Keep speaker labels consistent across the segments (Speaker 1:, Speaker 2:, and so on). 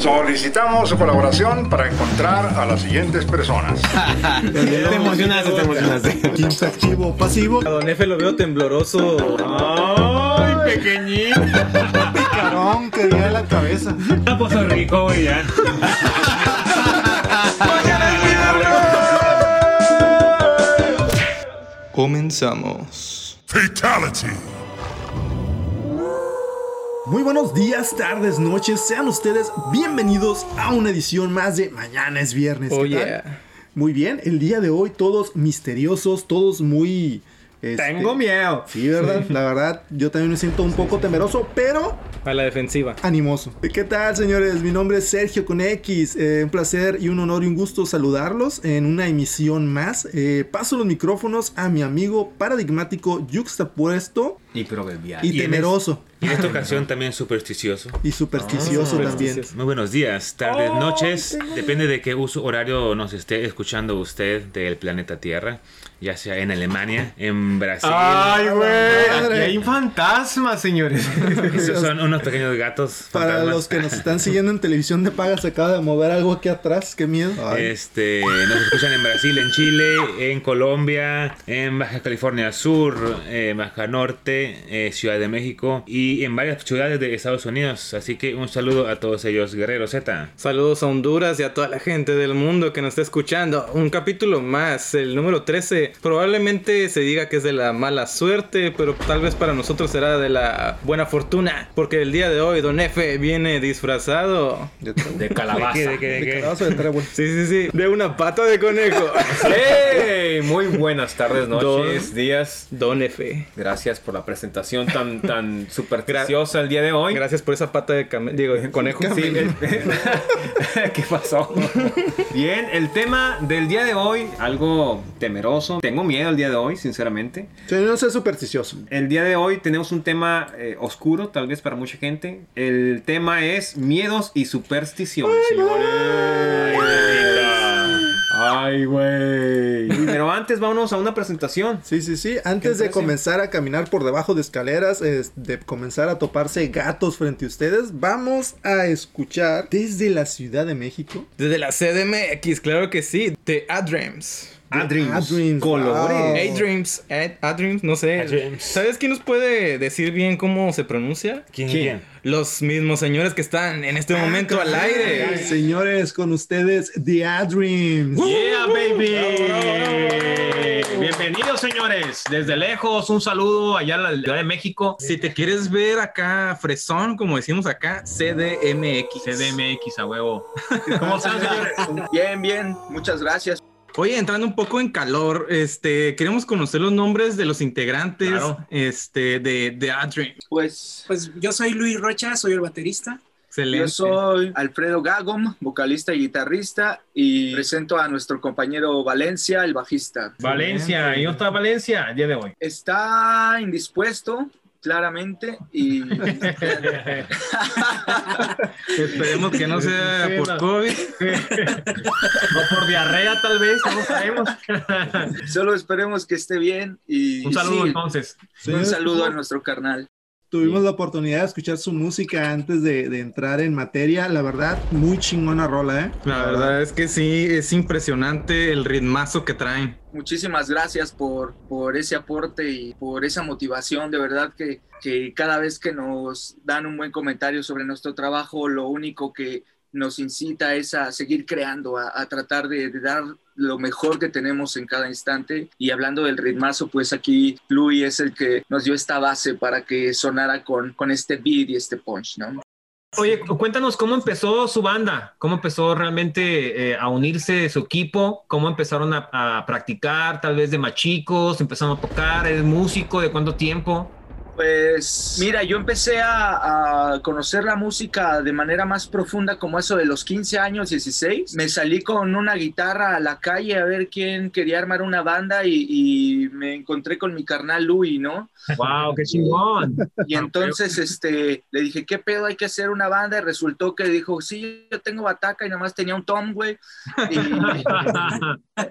Speaker 1: Solicitamos su colaboración para encontrar a las siguientes personas.
Speaker 2: te emocionaste, te emocionaste.
Speaker 3: ¿Quién está activo o pasivo?
Speaker 2: A Don Efe lo veo tembloroso. Ah.
Speaker 4: ¡Ay, pequeñito!
Speaker 3: Picarón que dio en la cabeza.
Speaker 4: Ah, pues soy rico, güey, ya.
Speaker 5: Comenzamos.
Speaker 6: Muy buenos días, tardes, noches, sean ustedes bienvenidos a una edición más de Mañana es Viernes. ¿Qué
Speaker 2: Oh,
Speaker 6: tal?
Speaker 2: yeah.
Speaker 6: Muy bien, el día de hoy todos misteriosos, todos muy... este,
Speaker 2: Tengo miedo.
Speaker 6: Sí, ¿verdad? La verdad, yo también me siento un poco temeroso, pero
Speaker 2: A la defensiva.
Speaker 6: animoso. ¿Qué tal, señores? Mi nombre es Sergio con X. Eh, un placer y un honor y un gusto saludarlos en una emisión más. Eh, paso los micrófonos a mi amigo paradigmático yuxtapuesto
Speaker 2: Y proverbial.
Speaker 6: y
Speaker 4: Y en
Speaker 6: temeroso
Speaker 4: Y en esta ocasión también supersticioso. Ah,
Speaker 6: y supersticioso también.
Speaker 2: Ah, supersticioso.
Speaker 4: Muy buenos días, tardes, noches. Depende de qué uso horario nos esté escuchando usted del planeta Tierra, ya sea en Alemania, en Brasil.
Speaker 6: ¡Ay, güey!
Speaker 2: Aquí hay un fantasma, señores.
Speaker 4: Esos son unos pequeños gatos.
Speaker 6: Para
Speaker 4: fantasmas.
Speaker 6: los que nos están siguiendo en televisión de paga, se acaba de mover algo aquí atrás. Qué miedo.
Speaker 4: Este, nos escuchan en Brasil, en Chile, en Colombia, en Baja California Sur, eh, Baja Norte, eh, Ciudad de México y en varias ciudades de Estados Unidos. Así que un saludo a todos ellos, Guerrero Z.
Speaker 2: Saludos a Honduras y a toda la gente del mundo que nos está escuchando. Un capítulo más, el número 13. Probablemente se diga que es de la mala suerte, pero tal vez para nosotros será de la buena fortuna. Porque el día de hoy Don Efe viene disfrazado.
Speaker 6: De tra-
Speaker 4: De calabaza. ¿De qué, de qué,
Speaker 6: de
Speaker 4: de qué?
Speaker 6: calabazo de trébol.
Speaker 2: Sí, sí, sí. De una pata de conejo.
Speaker 7: ¡Hey! Muy buenas tardes, noches,
Speaker 2: Dos.
Speaker 7: días.
Speaker 2: Don Efe.
Speaker 7: Gracias por la presentación tan, tan supersticiosa el día de hoy.
Speaker 2: Gracias por esa pata de came- digo, de conejo.
Speaker 7: Sí, el- ¿Qué pasó? Bien, el tema del día de hoy, algo temeroso. Tengo miedo el día de hoy, sinceramente.
Speaker 6: Sí, no sé supersticioso.
Speaker 7: El día de hoy tenemos un tema eh, oscuro, tal vez para mucha gente. El tema es miedos y supersticiones, señores. Ay, güey. Pero antes vámonos a una presentación.
Speaker 6: Sí, sí, sí. Antes de comenzar a caminar por debajo de escaleras, es- de comenzar a toparse gatos frente a ustedes, vamos a escuchar desde la Ciudad de México.
Speaker 2: Desde la CDMX, claro que sí. De Adreams.
Speaker 7: Adrims.
Speaker 6: Adrims, wow.
Speaker 7: Colores.
Speaker 2: Hey Dreams, eh, ah, Dreams, no sé. ¿Sabes quién nos puede decir bien cómo se pronuncia?
Speaker 4: ¿Quién? ¿Quién? Ah,
Speaker 2: Los mismos señores que están en este momento al
Speaker 6: Ay,
Speaker 2: aire.
Speaker 6: Ah, Señores, con ustedes, The Adreams.
Speaker 7: Yeah, baby. Bienvenidos, señores. Desde lejos, un saludo allá a la Ciudad de México.
Speaker 2: Si te quieres ver acá fresón, como decimos acá, CDMX.
Speaker 7: CDMX a huevo. ¿Cómo están, señores?
Speaker 8: Bien, bien, muchas gracias.
Speaker 2: Oye, entrando un poco en calor, este, queremos conocer los nombres de los integrantes
Speaker 7: Claro.
Speaker 2: este, de, de Adreams.
Speaker 8: Pues
Speaker 9: Pues yo soy Luis Rocha, soy el baterista.
Speaker 8: yo
Speaker 2: Excelente.
Speaker 8: soy Alfredo Gagom, vocalista y guitarrista, y presento a nuestro compañero Valencia, el bajista.
Speaker 7: Valencia. ¿Y dónde está Valencia el día de hoy?
Speaker 8: Está indispuesto, claramente, y
Speaker 2: Esperemos que no sea por COVID.
Speaker 7: O por diarrea, tal vez. No sabemos.
Speaker 8: solo esperemos que esté bien. Y
Speaker 7: Un saludo,
Speaker 8: sí,
Speaker 7: entonces.
Speaker 8: un
Speaker 6: Señores,
Speaker 8: saludo a nuestro carnal.
Speaker 6: Tuvimos la oportunidad de escuchar su música antes de, de entrar en materia. La verdad, muy chingona rola, ¿eh?
Speaker 2: La verdad es que sí, es impresionante el ritmazo que traen.
Speaker 8: Muchísimas gracias por, por ese aporte y por esa motivación. De verdad que, que cada vez que nos dan un buen comentario sobre nuestro trabajo, lo único que nos incita es a seguir creando, a, a tratar de, de dar lo mejor que tenemos en cada instante. Y hablando del ritmazo, pues aquí Luis es el que nos dio esta base para que sonara con, con este beat y este punch, ¿no?
Speaker 10: Oye, cu- cuéntanos cómo empezó su banda, cómo empezó realmente eh, a unirse su equipo, cómo empezaron a, a practicar, tal vez de más chicos, empezaron a tocar, eres músico, de cuánto tiempo.
Speaker 8: Pues mira, yo empecé a, a conocer la música de manera más profunda como eso de los 15 años, 16. Me salí con una guitarra a la calle a ver quién quería armar una banda y, y me encontré con mi carnal Louis, ¿no?
Speaker 10: ¡Wow, qué chingón!
Speaker 8: Y entonces este, le dije, ¿qué pedo hay que hacer una banda? Y resultó que dijo, sí, yo tengo bataca y nomás tenía un tom, güey.
Speaker 11: Iya.
Speaker 8: Y-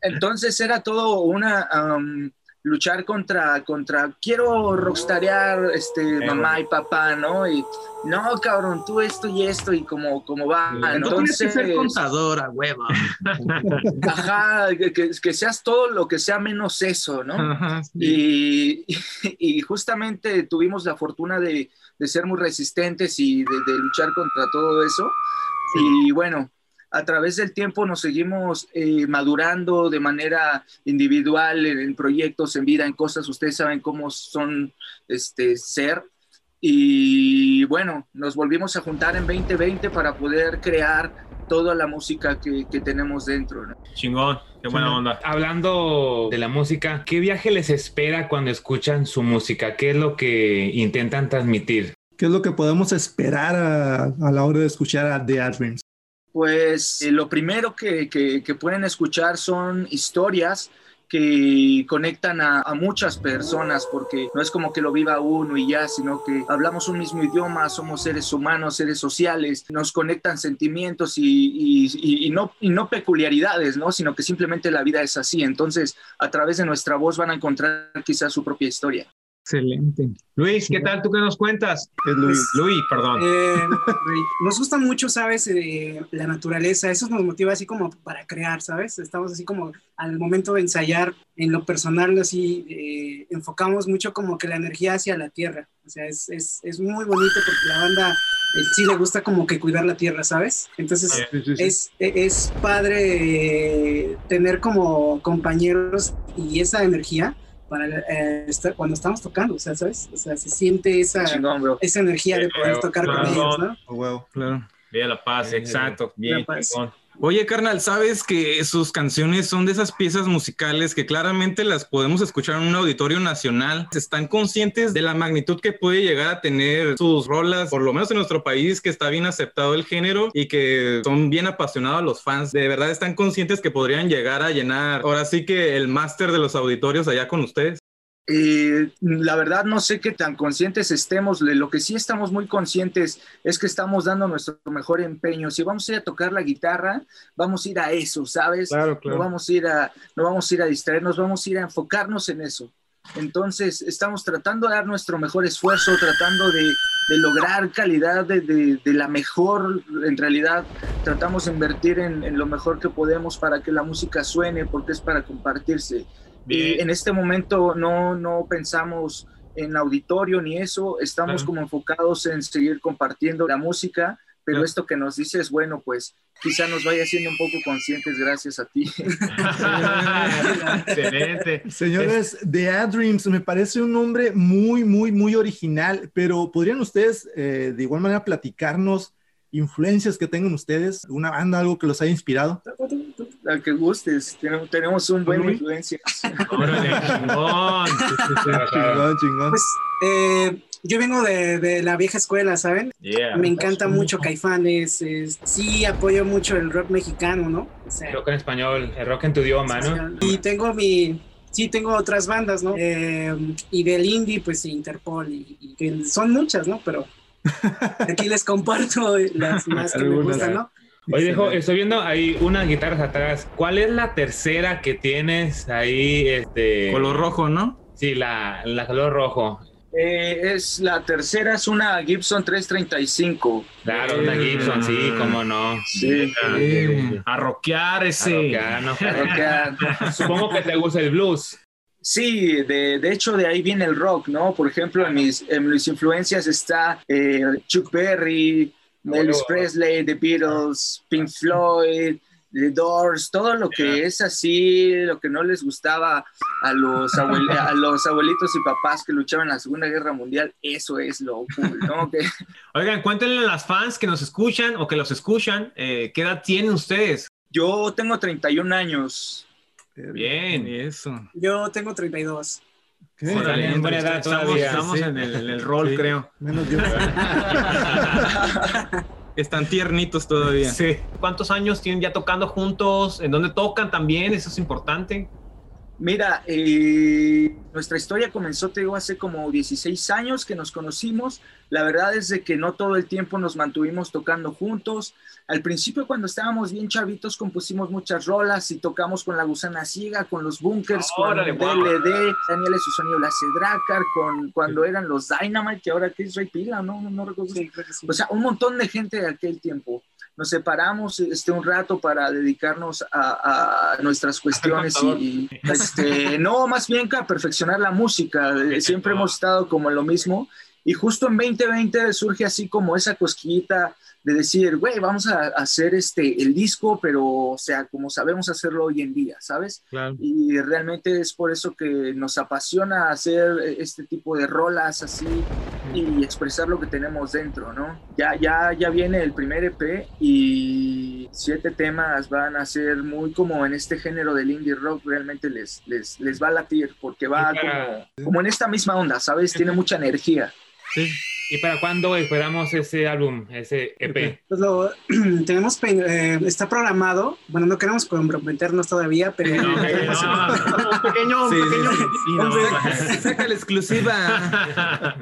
Speaker 8: entonces era todo una, am, luchar contra, contra, quiero rockstarear, este,
Speaker 9: Eh.
Speaker 8: mamá y papá, ¿no? Y, no, cabrón, tú esto y esto y como, como va.
Speaker 9: no tienes que
Speaker 8: Entonces,
Speaker 9: ser contadora, hueva.
Speaker 8: ajá, que, que- que seas todo lo que sea menos eso, ¿no?
Speaker 9: Ajá,
Speaker 8: Iya.
Speaker 9: sí.
Speaker 8: Y, y justamente tuvimos la fortuna de, de ser muy resistentes y de, de luchar contra todo eso. Y bueno, a través del tiempo nos seguimos eh, madurando de manera individual, en, en proyectos, en vida, en cosas. Ustedes saben cómo son este ser. Y bueno, nos volvimos a juntar en 2020 para poder crear toda la música que, que tenemos dentro. ¿no?
Speaker 10: Chingón, qué buena onda.
Speaker 4: Hablando de la música, ¿qué viaje les espera cuando escuchan su música? ¿Qué es lo que intentan transmitir?
Speaker 6: ¿Qué es lo que podemos esperar a, a la hora de escuchar a The Advents?
Speaker 8: Pues eh, lo primero que, que- que pueden escuchar son historias que conectan a, a muchas personas, porque no es como que lo viva uno y ya, sino que hablamos un mismo idioma, somos seres humanos, seres sociales, nos conectan sentimientos y, y- y- y no, y no peculiaridades, ¿no? sino que simplemente la vida es así. Entonces, a través de nuestra voz van a encontrar quizás su propia historia.
Speaker 9: Excelente.
Speaker 10: Luis, ¿qué tal? ¿Tú qué nos cuentas?
Speaker 6: Es Luis.
Speaker 10: Luis, perdón.
Speaker 9: Eh, nos gusta mucho, ¿sabes? Eh, la naturaleza, eso nos motiva así como para crear, ¿sabes? Estamos así como al momento de ensayar, en lo personal, así eh, enfocamos mucho como que la energía hacia la tierra. O sea, es, es, es muy bonito porque la banda eh, sí le gusta como que cuidar la tierra, ¿sabes? Entonces, es, e, es padre eh, tener como compañeros y esa energía para eh, estar- cuando estamos tocando, o sea, ¿sabes? O sea, se siente esa
Speaker 8: Chingón, bro.
Speaker 9: esa energía de poder tocar con
Speaker 10: claro.
Speaker 9: ellos, ¿no?
Speaker 6: A huevo.
Speaker 2: Claro.
Speaker 10: Viva la paz, exacto. Bien,
Speaker 9: La paz.
Speaker 10: chingón.
Speaker 2: Oye, carnal, ¿sabes que sus canciones son de esas piezas musicales que claramente las podemos escuchar en un auditorio nacional? ¿Están conscientes de la magnitud que puede llegar a tener sus rolas, por lo menos en nuestro país, que está bien aceptado el género y que son bien apasionados los fans? ¿De verdad están conscientes que podrían llegar a llenar ahora sí que el máster de los auditorios allá con ustedes?
Speaker 8: Eh, la verdad no sé qué tan conscientes estemos, de lo que sí estamos muy conscientes es que estamos dando nuestro mejor empeño. Si vamos a ir a tocar la guitarra, vamos a ir a eso, ¿sabes?
Speaker 2: Claro,
Speaker 8: No vamos a ir a, no vamos a ir a distraernos, vamos a ir a enfocarnos en eso. Entonces, estamos tratando de dar nuestro mejor esfuerzo, tratando de, de lograr calidad de, de- de la mejor, en realidad, tratamos de invertir en, en lo mejor que podemos para que la música suene, porque es para compartirse. Y en este momento no, no pensamos en auditorio ni eso, estamos
Speaker 10: Claro.
Speaker 8: como enfocados en seguir compartiendo la música, pero
Speaker 10: Claro.
Speaker 8: esto que nos dices, bueno, pues quizá nos vaya siendo un poco conscientes gracias a ti.
Speaker 10: Excelente.
Speaker 6: Señores, The Adreams me parece un nombre muy, muy, muy original, pero ¿podrían ustedes eh, de igual manera platicarnos influencias que tengan ustedes? ¿Una banda, algo que los haya inspirado?
Speaker 8: Al que gustes, tenemos- tenemos un buen
Speaker 6: Uy.
Speaker 8: influencia.
Speaker 10: Órale, chingón.
Speaker 6: Chingón, chingón.
Speaker 9: Pues eh, yo vengo de, de la vieja escuela, ¿saben?
Speaker 10: Yeah.
Speaker 9: Me encanta mucho Caifanes, es- sí apoyo mucho el rock mexicano, ¿no? O sea,
Speaker 4: Rock en español, el rock en tu idioma, ¿no?
Speaker 9: y tengo mi... Sí, tengo otras bandas, ¿no? Eh, y del indie, pues Interpol, y, y que son muchas, ¿no? Pero aquí les comparto las más que me
Speaker 4: Algunas.
Speaker 9: gustan, ¿no?
Speaker 4: Oye, viejo, estoy viendo ahí unas guitarras atrás. ¿Cuál es la tercera que tienes ahí? Este...
Speaker 2: Color rojo, ¿no?
Speaker 4: Sí, la, la color rojo.
Speaker 8: Eh, es la tercera, es una Gibson 335.
Speaker 4: Claro, una Gibson, sí, cómo no.
Speaker 8: Eh, Sí. eh.
Speaker 4: Ah,
Speaker 2: Sí.
Speaker 10: A rockear ese.
Speaker 4: roquear, ¿no?
Speaker 8: Creo que-
Speaker 4: Supongo que te gusta el blues.
Speaker 8: Sí, de, de hecho de ahí viene el rock, ¿no? Por ejemplo, en mis, en mis influencias está eh, Chuck Berry, Elvis
Speaker 4: Bueno.
Speaker 8: Presley, The Beatles, Pink Floyd, The Doors, todo lo que es así, lo que no les gustaba a los, abuel- a los abuelitos y papás que luchaban en la Segunda Guerra Mundial, eso es lo cool, ¿no? Que-
Speaker 10: Oigan, cuéntenle a las fans que nos escuchan o que los escuchan, eh, ¿qué edad tienen ustedes?
Speaker 8: yo tengo 31 años.
Speaker 10: Bien.
Speaker 2: Eso.
Speaker 9: Yo tengo 32.
Speaker 6: Ok,
Speaker 10: Órale,
Speaker 4: en buena edad
Speaker 10: estamos
Speaker 4: todavía.
Speaker 10: estamos
Speaker 2: Sí.
Speaker 10: en, el, en el rol,
Speaker 2: Sí.
Speaker 10: creo.
Speaker 6: Menos yo.
Speaker 2: Están tiernitos todavía.
Speaker 10: Sí. ¿Cuántos años tienen ya tocando juntos? ¿En dónde tocan también? Eso es importante.
Speaker 8: Mira, eh, nuestra historia comenzó, te digo, hace como 16 años que nos conocimos. La verdad es de que no todo el tiempo nos mantuvimos tocando juntos. Al principio, cuando estábamos bien chavitos, compusimos muchas rolas y tocamos con La Gusana Ciega, con Los Bunkers,
Speaker 10: Órale,
Speaker 8: con
Speaker 10: guau.
Speaker 8: DLD, Daniel y su sonido, La Cedracar, con cuando eran los Dynamite, que ahora que es Ray Pila, ¿no? No, no recuerdo. O sea, un montón de gente de aquel tiempo. Nos separamos este, un rato para dedicarnos a, a nuestras cuestiones y, y, este, no, más bien que a perfeccionar la música. Eh, Siempre hemos estado como en lo mismo. Y justo en 2020 surge así como esa cosquillita de decir, güey, vamos a hacer este, el disco, pero, o sea, como sabemos hacerlo hoy en día, ¿sabes?
Speaker 2: Claro.
Speaker 8: Y realmente es por eso que nos apasiona hacer eh, este tipo de rolas así y expresar lo que tenemos dentro, ¿no? Ya, ya, ya viene el primer EP y siete temas van a ser muy como en este género del indie rock, realmente les, les, les va a latir porque va
Speaker 4: Y para-
Speaker 8: como, como en esta misma onda, ¿sabes? Tiene mucha energía.
Speaker 4: Sí. ¿Y para cuándo esperamos ese álbum, ese E EP?
Speaker 9: Pues lo tenemos, pen- eh, está programado. Bueno, no queremos comprometernos todavía, pero
Speaker 10: No, no, un pequeño, un
Speaker 2: Sí, sí,
Speaker 10: pequeño.
Speaker 2: sí,
Speaker 10: Sí, no.
Speaker 2: Saca la exclusiva.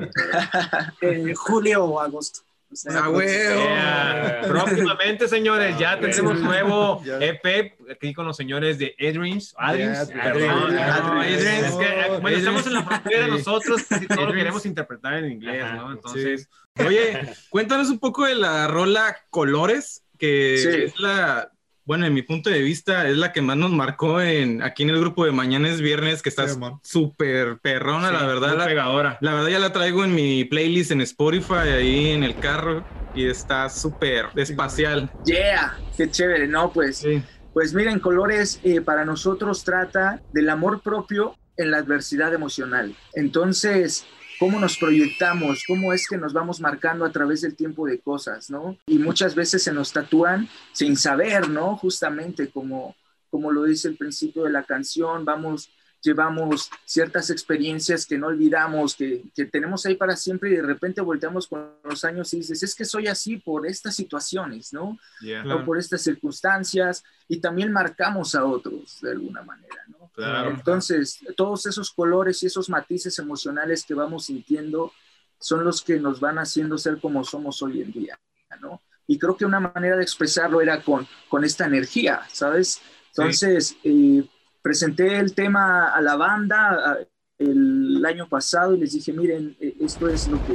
Speaker 9: eh, julio o agosto. O
Speaker 6: Ah,
Speaker 9: sea,
Speaker 2: ¡A huevo!
Speaker 10: Yeah. Eh, Próximamente, señores, ya tendremos nuevo EP aquí con los señores de Edreams. Adrims.
Speaker 3: Ya,
Speaker 10: Perdón,
Speaker 2: Adrims.
Speaker 10: no,
Speaker 2: Adrims.
Speaker 10: Adrims, que, eh, Bueno,
Speaker 2: Adrims.
Speaker 10: estamos en la frontera
Speaker 2: Sí.
Speaker 10: nosotros, casi todo lo
Speaker 2: Adrims.
Speaker 10: queremos interpretar en inglés,
Speaker 4: Ajá,
Speaker 10: ¿no? Entonces,
Speaker 2: Oye, cuéntanos un poco de la rola Colores, que
Speaker 8: Sí.
Speaker 2: es la, bueno, en mi punto de vista, es la que más nos marcó en aquí en el grupo de Mañana es Viernes, que está
Speaker 3: Sí, man.
Speaker 2: súper perrona, la verdad.
Speaker 10: muy
Speaker 2: La,
Speaker 10: pegadora.
Speaker 2: la verdad ya la traigo en mi playlist en Spotify, ahí en el carro, y está súper espacial.
Speaker 8: Yeah, qué chévere, ¿no? Pues
Speaker 2: Sí.
Speaker 8: Pues miren, Colores eh, para nosotros trata del amor propio en la adversidad emocional. Entonces, cómo nos proyectamos, cómo es que nos vamos marcando a través del tiempo de cosas, ¿no? Y muchas veces se nos tatúan sin saber, ¿no? Justamente como, como lo dice el principio de la canción, vamos, llevamos ciertas experiencias que no olvidamos, que, que tenemos ahí para siempre y de repente volteamos con los años y dices, es que soy así por estas situaciones, ¿no?
Speaker 10: Yeah,
Speaker 8: o por estas circunstancias y también marcamos a otros de alguna manera, ¿no?
Speaker 10: claro.
Speaker 8: Entonces, todos esos colores y esos matices emocionales que vamos sintiendo son los que nos van haciendo ser como somos hoy en día, ¿no? Y creo que una manera de expresarlo era con, con esta energía, ¿sabes? Entonces, eh, presenté el tema a la banda a- el año pasado y les dije, miren, eh, esto es lo que,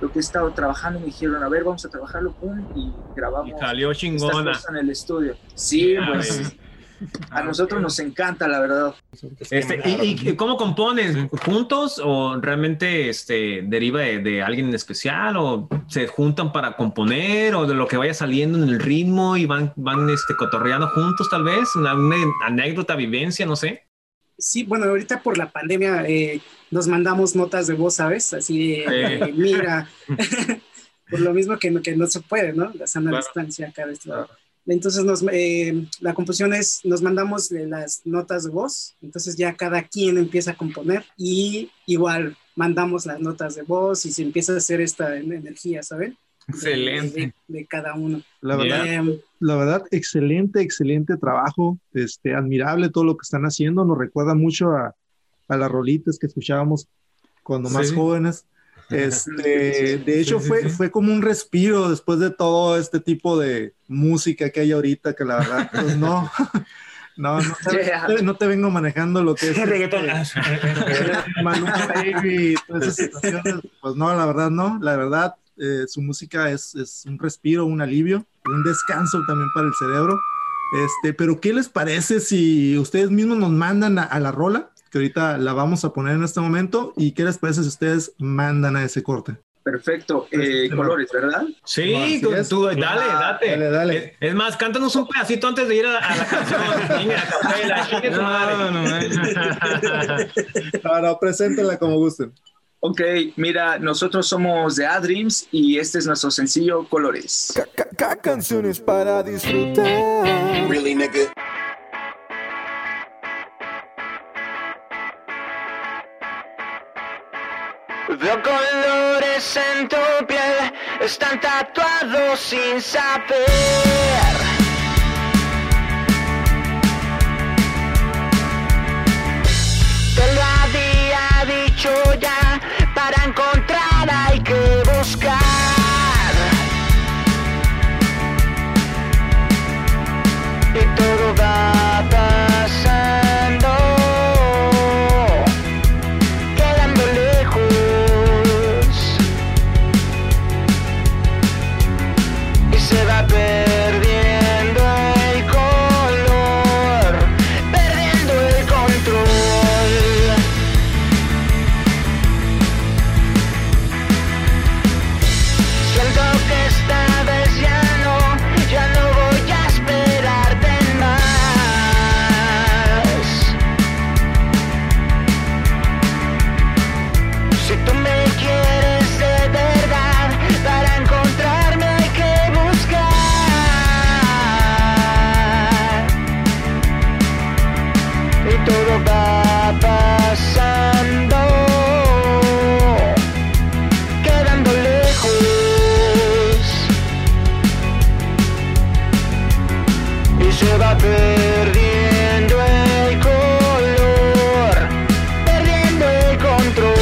Speaker 8: lo que he estado trabajando. Y me dijeron, a ver, vamos a trabajarlo, pum, y
Speaker 10: Y
Speaker 8: grabamos
Speaker 10: salió
Speaker 8: estas
Speaker 10: chingona.
Speaker 8: cosas en el estudio. Sí,
Speaker 10: Ah,
Speaker 8: pues a nosotros nos encanta, la verdad.
Speaker 10: Este, ¿y, y- y cómo compones? ¿Juntos o realmente este, deriva de, de alguien en especial? ¿O se juntan para componer? ¿O de lo que vaya saliendo en el ritmo y van, van este, cotorreando juntos tal vez? ¿Una, una anécdota, vivencia, no sé?
Speaker 9: Sí, bueno, ahorita por la pandemia eh, nos mandamos notas de voz, ¿sabes? Así de,
Speaker 10: Sí.
Speaker 9: eh, mira, por lo mismo que, no- que no se puede, ¿no? La sana
Speaker 10: Claro.
Speaker 9: distancia cada vez.
Speaker 8: Claro.
Speaker 9: Entonces, nos, eh, la composición es, nos mandamos eh, las notas de voz, entonces ya cada quien empieza a componer y igual mandamos las notas de voz y se empieza a hacer esta en- energía, ¿saben? De-
Speaker 2: Excelente.
Speaker 9: De, de cada uno.
Speaker 6: La verdad,
Speaker 9: Eh,
Speaker 6: la verdad, excelente, excelente trabajo. Este, admirable todo lo que están haciendo. Nos recuerda mucho a, a las rolitas que escuchábamos cuando más
Speaker 2: Sí.
Speaker 6: jóvenes. Este, de hecho, fue, fue como un respiro después de todo este tipo de música que hay ahorita, que la verdad, pues no. No, no te,
Speaker 8: Yeah.
Speaker 6: no te vengo manejando lo que es
Speaker 4: Reggaetón.
Speaker 10: Ah,
Speaker 6: este, Manuka Baby, todas esas situaciones. Pues no, la verdad no, la verdad eh, su música es, es un respiro, un alivio, un descanso también para el cerebro. Este, pero ¿qué les parece si ustedes mismos nos mandan a, a la rola? Que ahorita la vamos a poner en este momento. ¿Y qué les parece si ustedes mandan a ese corte?
Speaker 8: Perfecto. Eh,
Speaker 6: Este,
Speaker 8: colores, ¿verdad?
Speaker 10: Sí,
Speaker 6: No, así
Speaker 10: tú-
Speaker 6: es.
Speaker 10: tú- dale, date.
Speaker 6: Dale, dale.
Speaker 10: Es, es más, cántanos un pedacito antes de ir a, a la canción. Venga, a capela, chingue su
Speaker 2: No,
Speaker 10: madre.
Speaker 2: no, no.
Speaker 6: Ahora, preséntenla como gusten.
Speaker 8: Ok, mira, nosotros somos de Adreams y este es nuestro sencillo Colores.
Speaker 3: canciones para disfrutar.
Speaker 12: Veo colores en tu piel, están tatuados sin saber.
Speaker 11: se va perdiendo el color, perdiendo el control,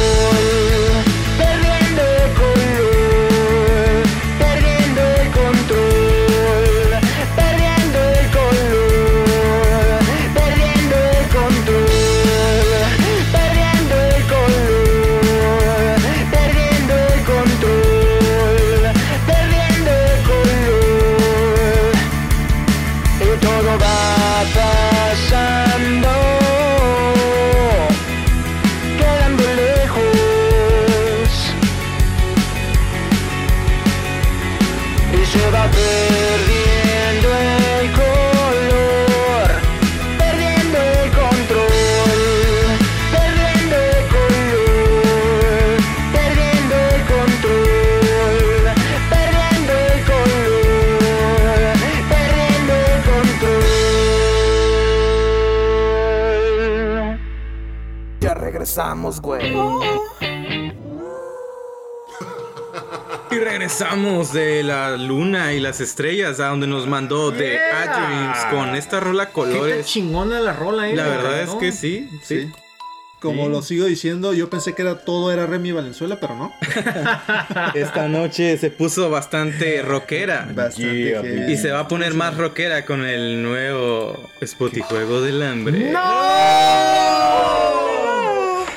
Speaker 11: perdiendo el color, perdiendo el control, perdiendo el color, perdiendo el control, perdiendo el color, perdiendo el control, perdiendo el color. Y todo va pasando, quedando lejos. Y se va perdiendo el color, perdiendo el control, perdiendo el color, perdiendo el control, perdiendo el color, perdiendo el control.
Speaker 3: Ya regresamos, güey.
Speaker 12: Eh,
Speaker 2: Y regresamos de la luna y las estrellas a donde nos mandó The
Speaker 13: Yeah.
Speaker 2: Adreams con esta rola
Speaker 7: Qué
Speaker 2: colores.
Speaker 7: chingona la rola, eh.
Speaker 2: La verdad es
Speaker 7: ¿no?
Speaker 2: que sí, sí.
Speaker 6: Como
Speaker 2: Sí.
Speaker 6: lo sigo diciendo, yo pensé que era todo era Remy Valenzuela, pero no.
Speaker 2: Esta noche se puso bastante rockera.
Speaker 6: Bastante
Speaker 2: Yeah,
Speaker 6: heavy.
Speaker 2: y se va a poner más rockera con el nuevo Spotify Juego del Hambre.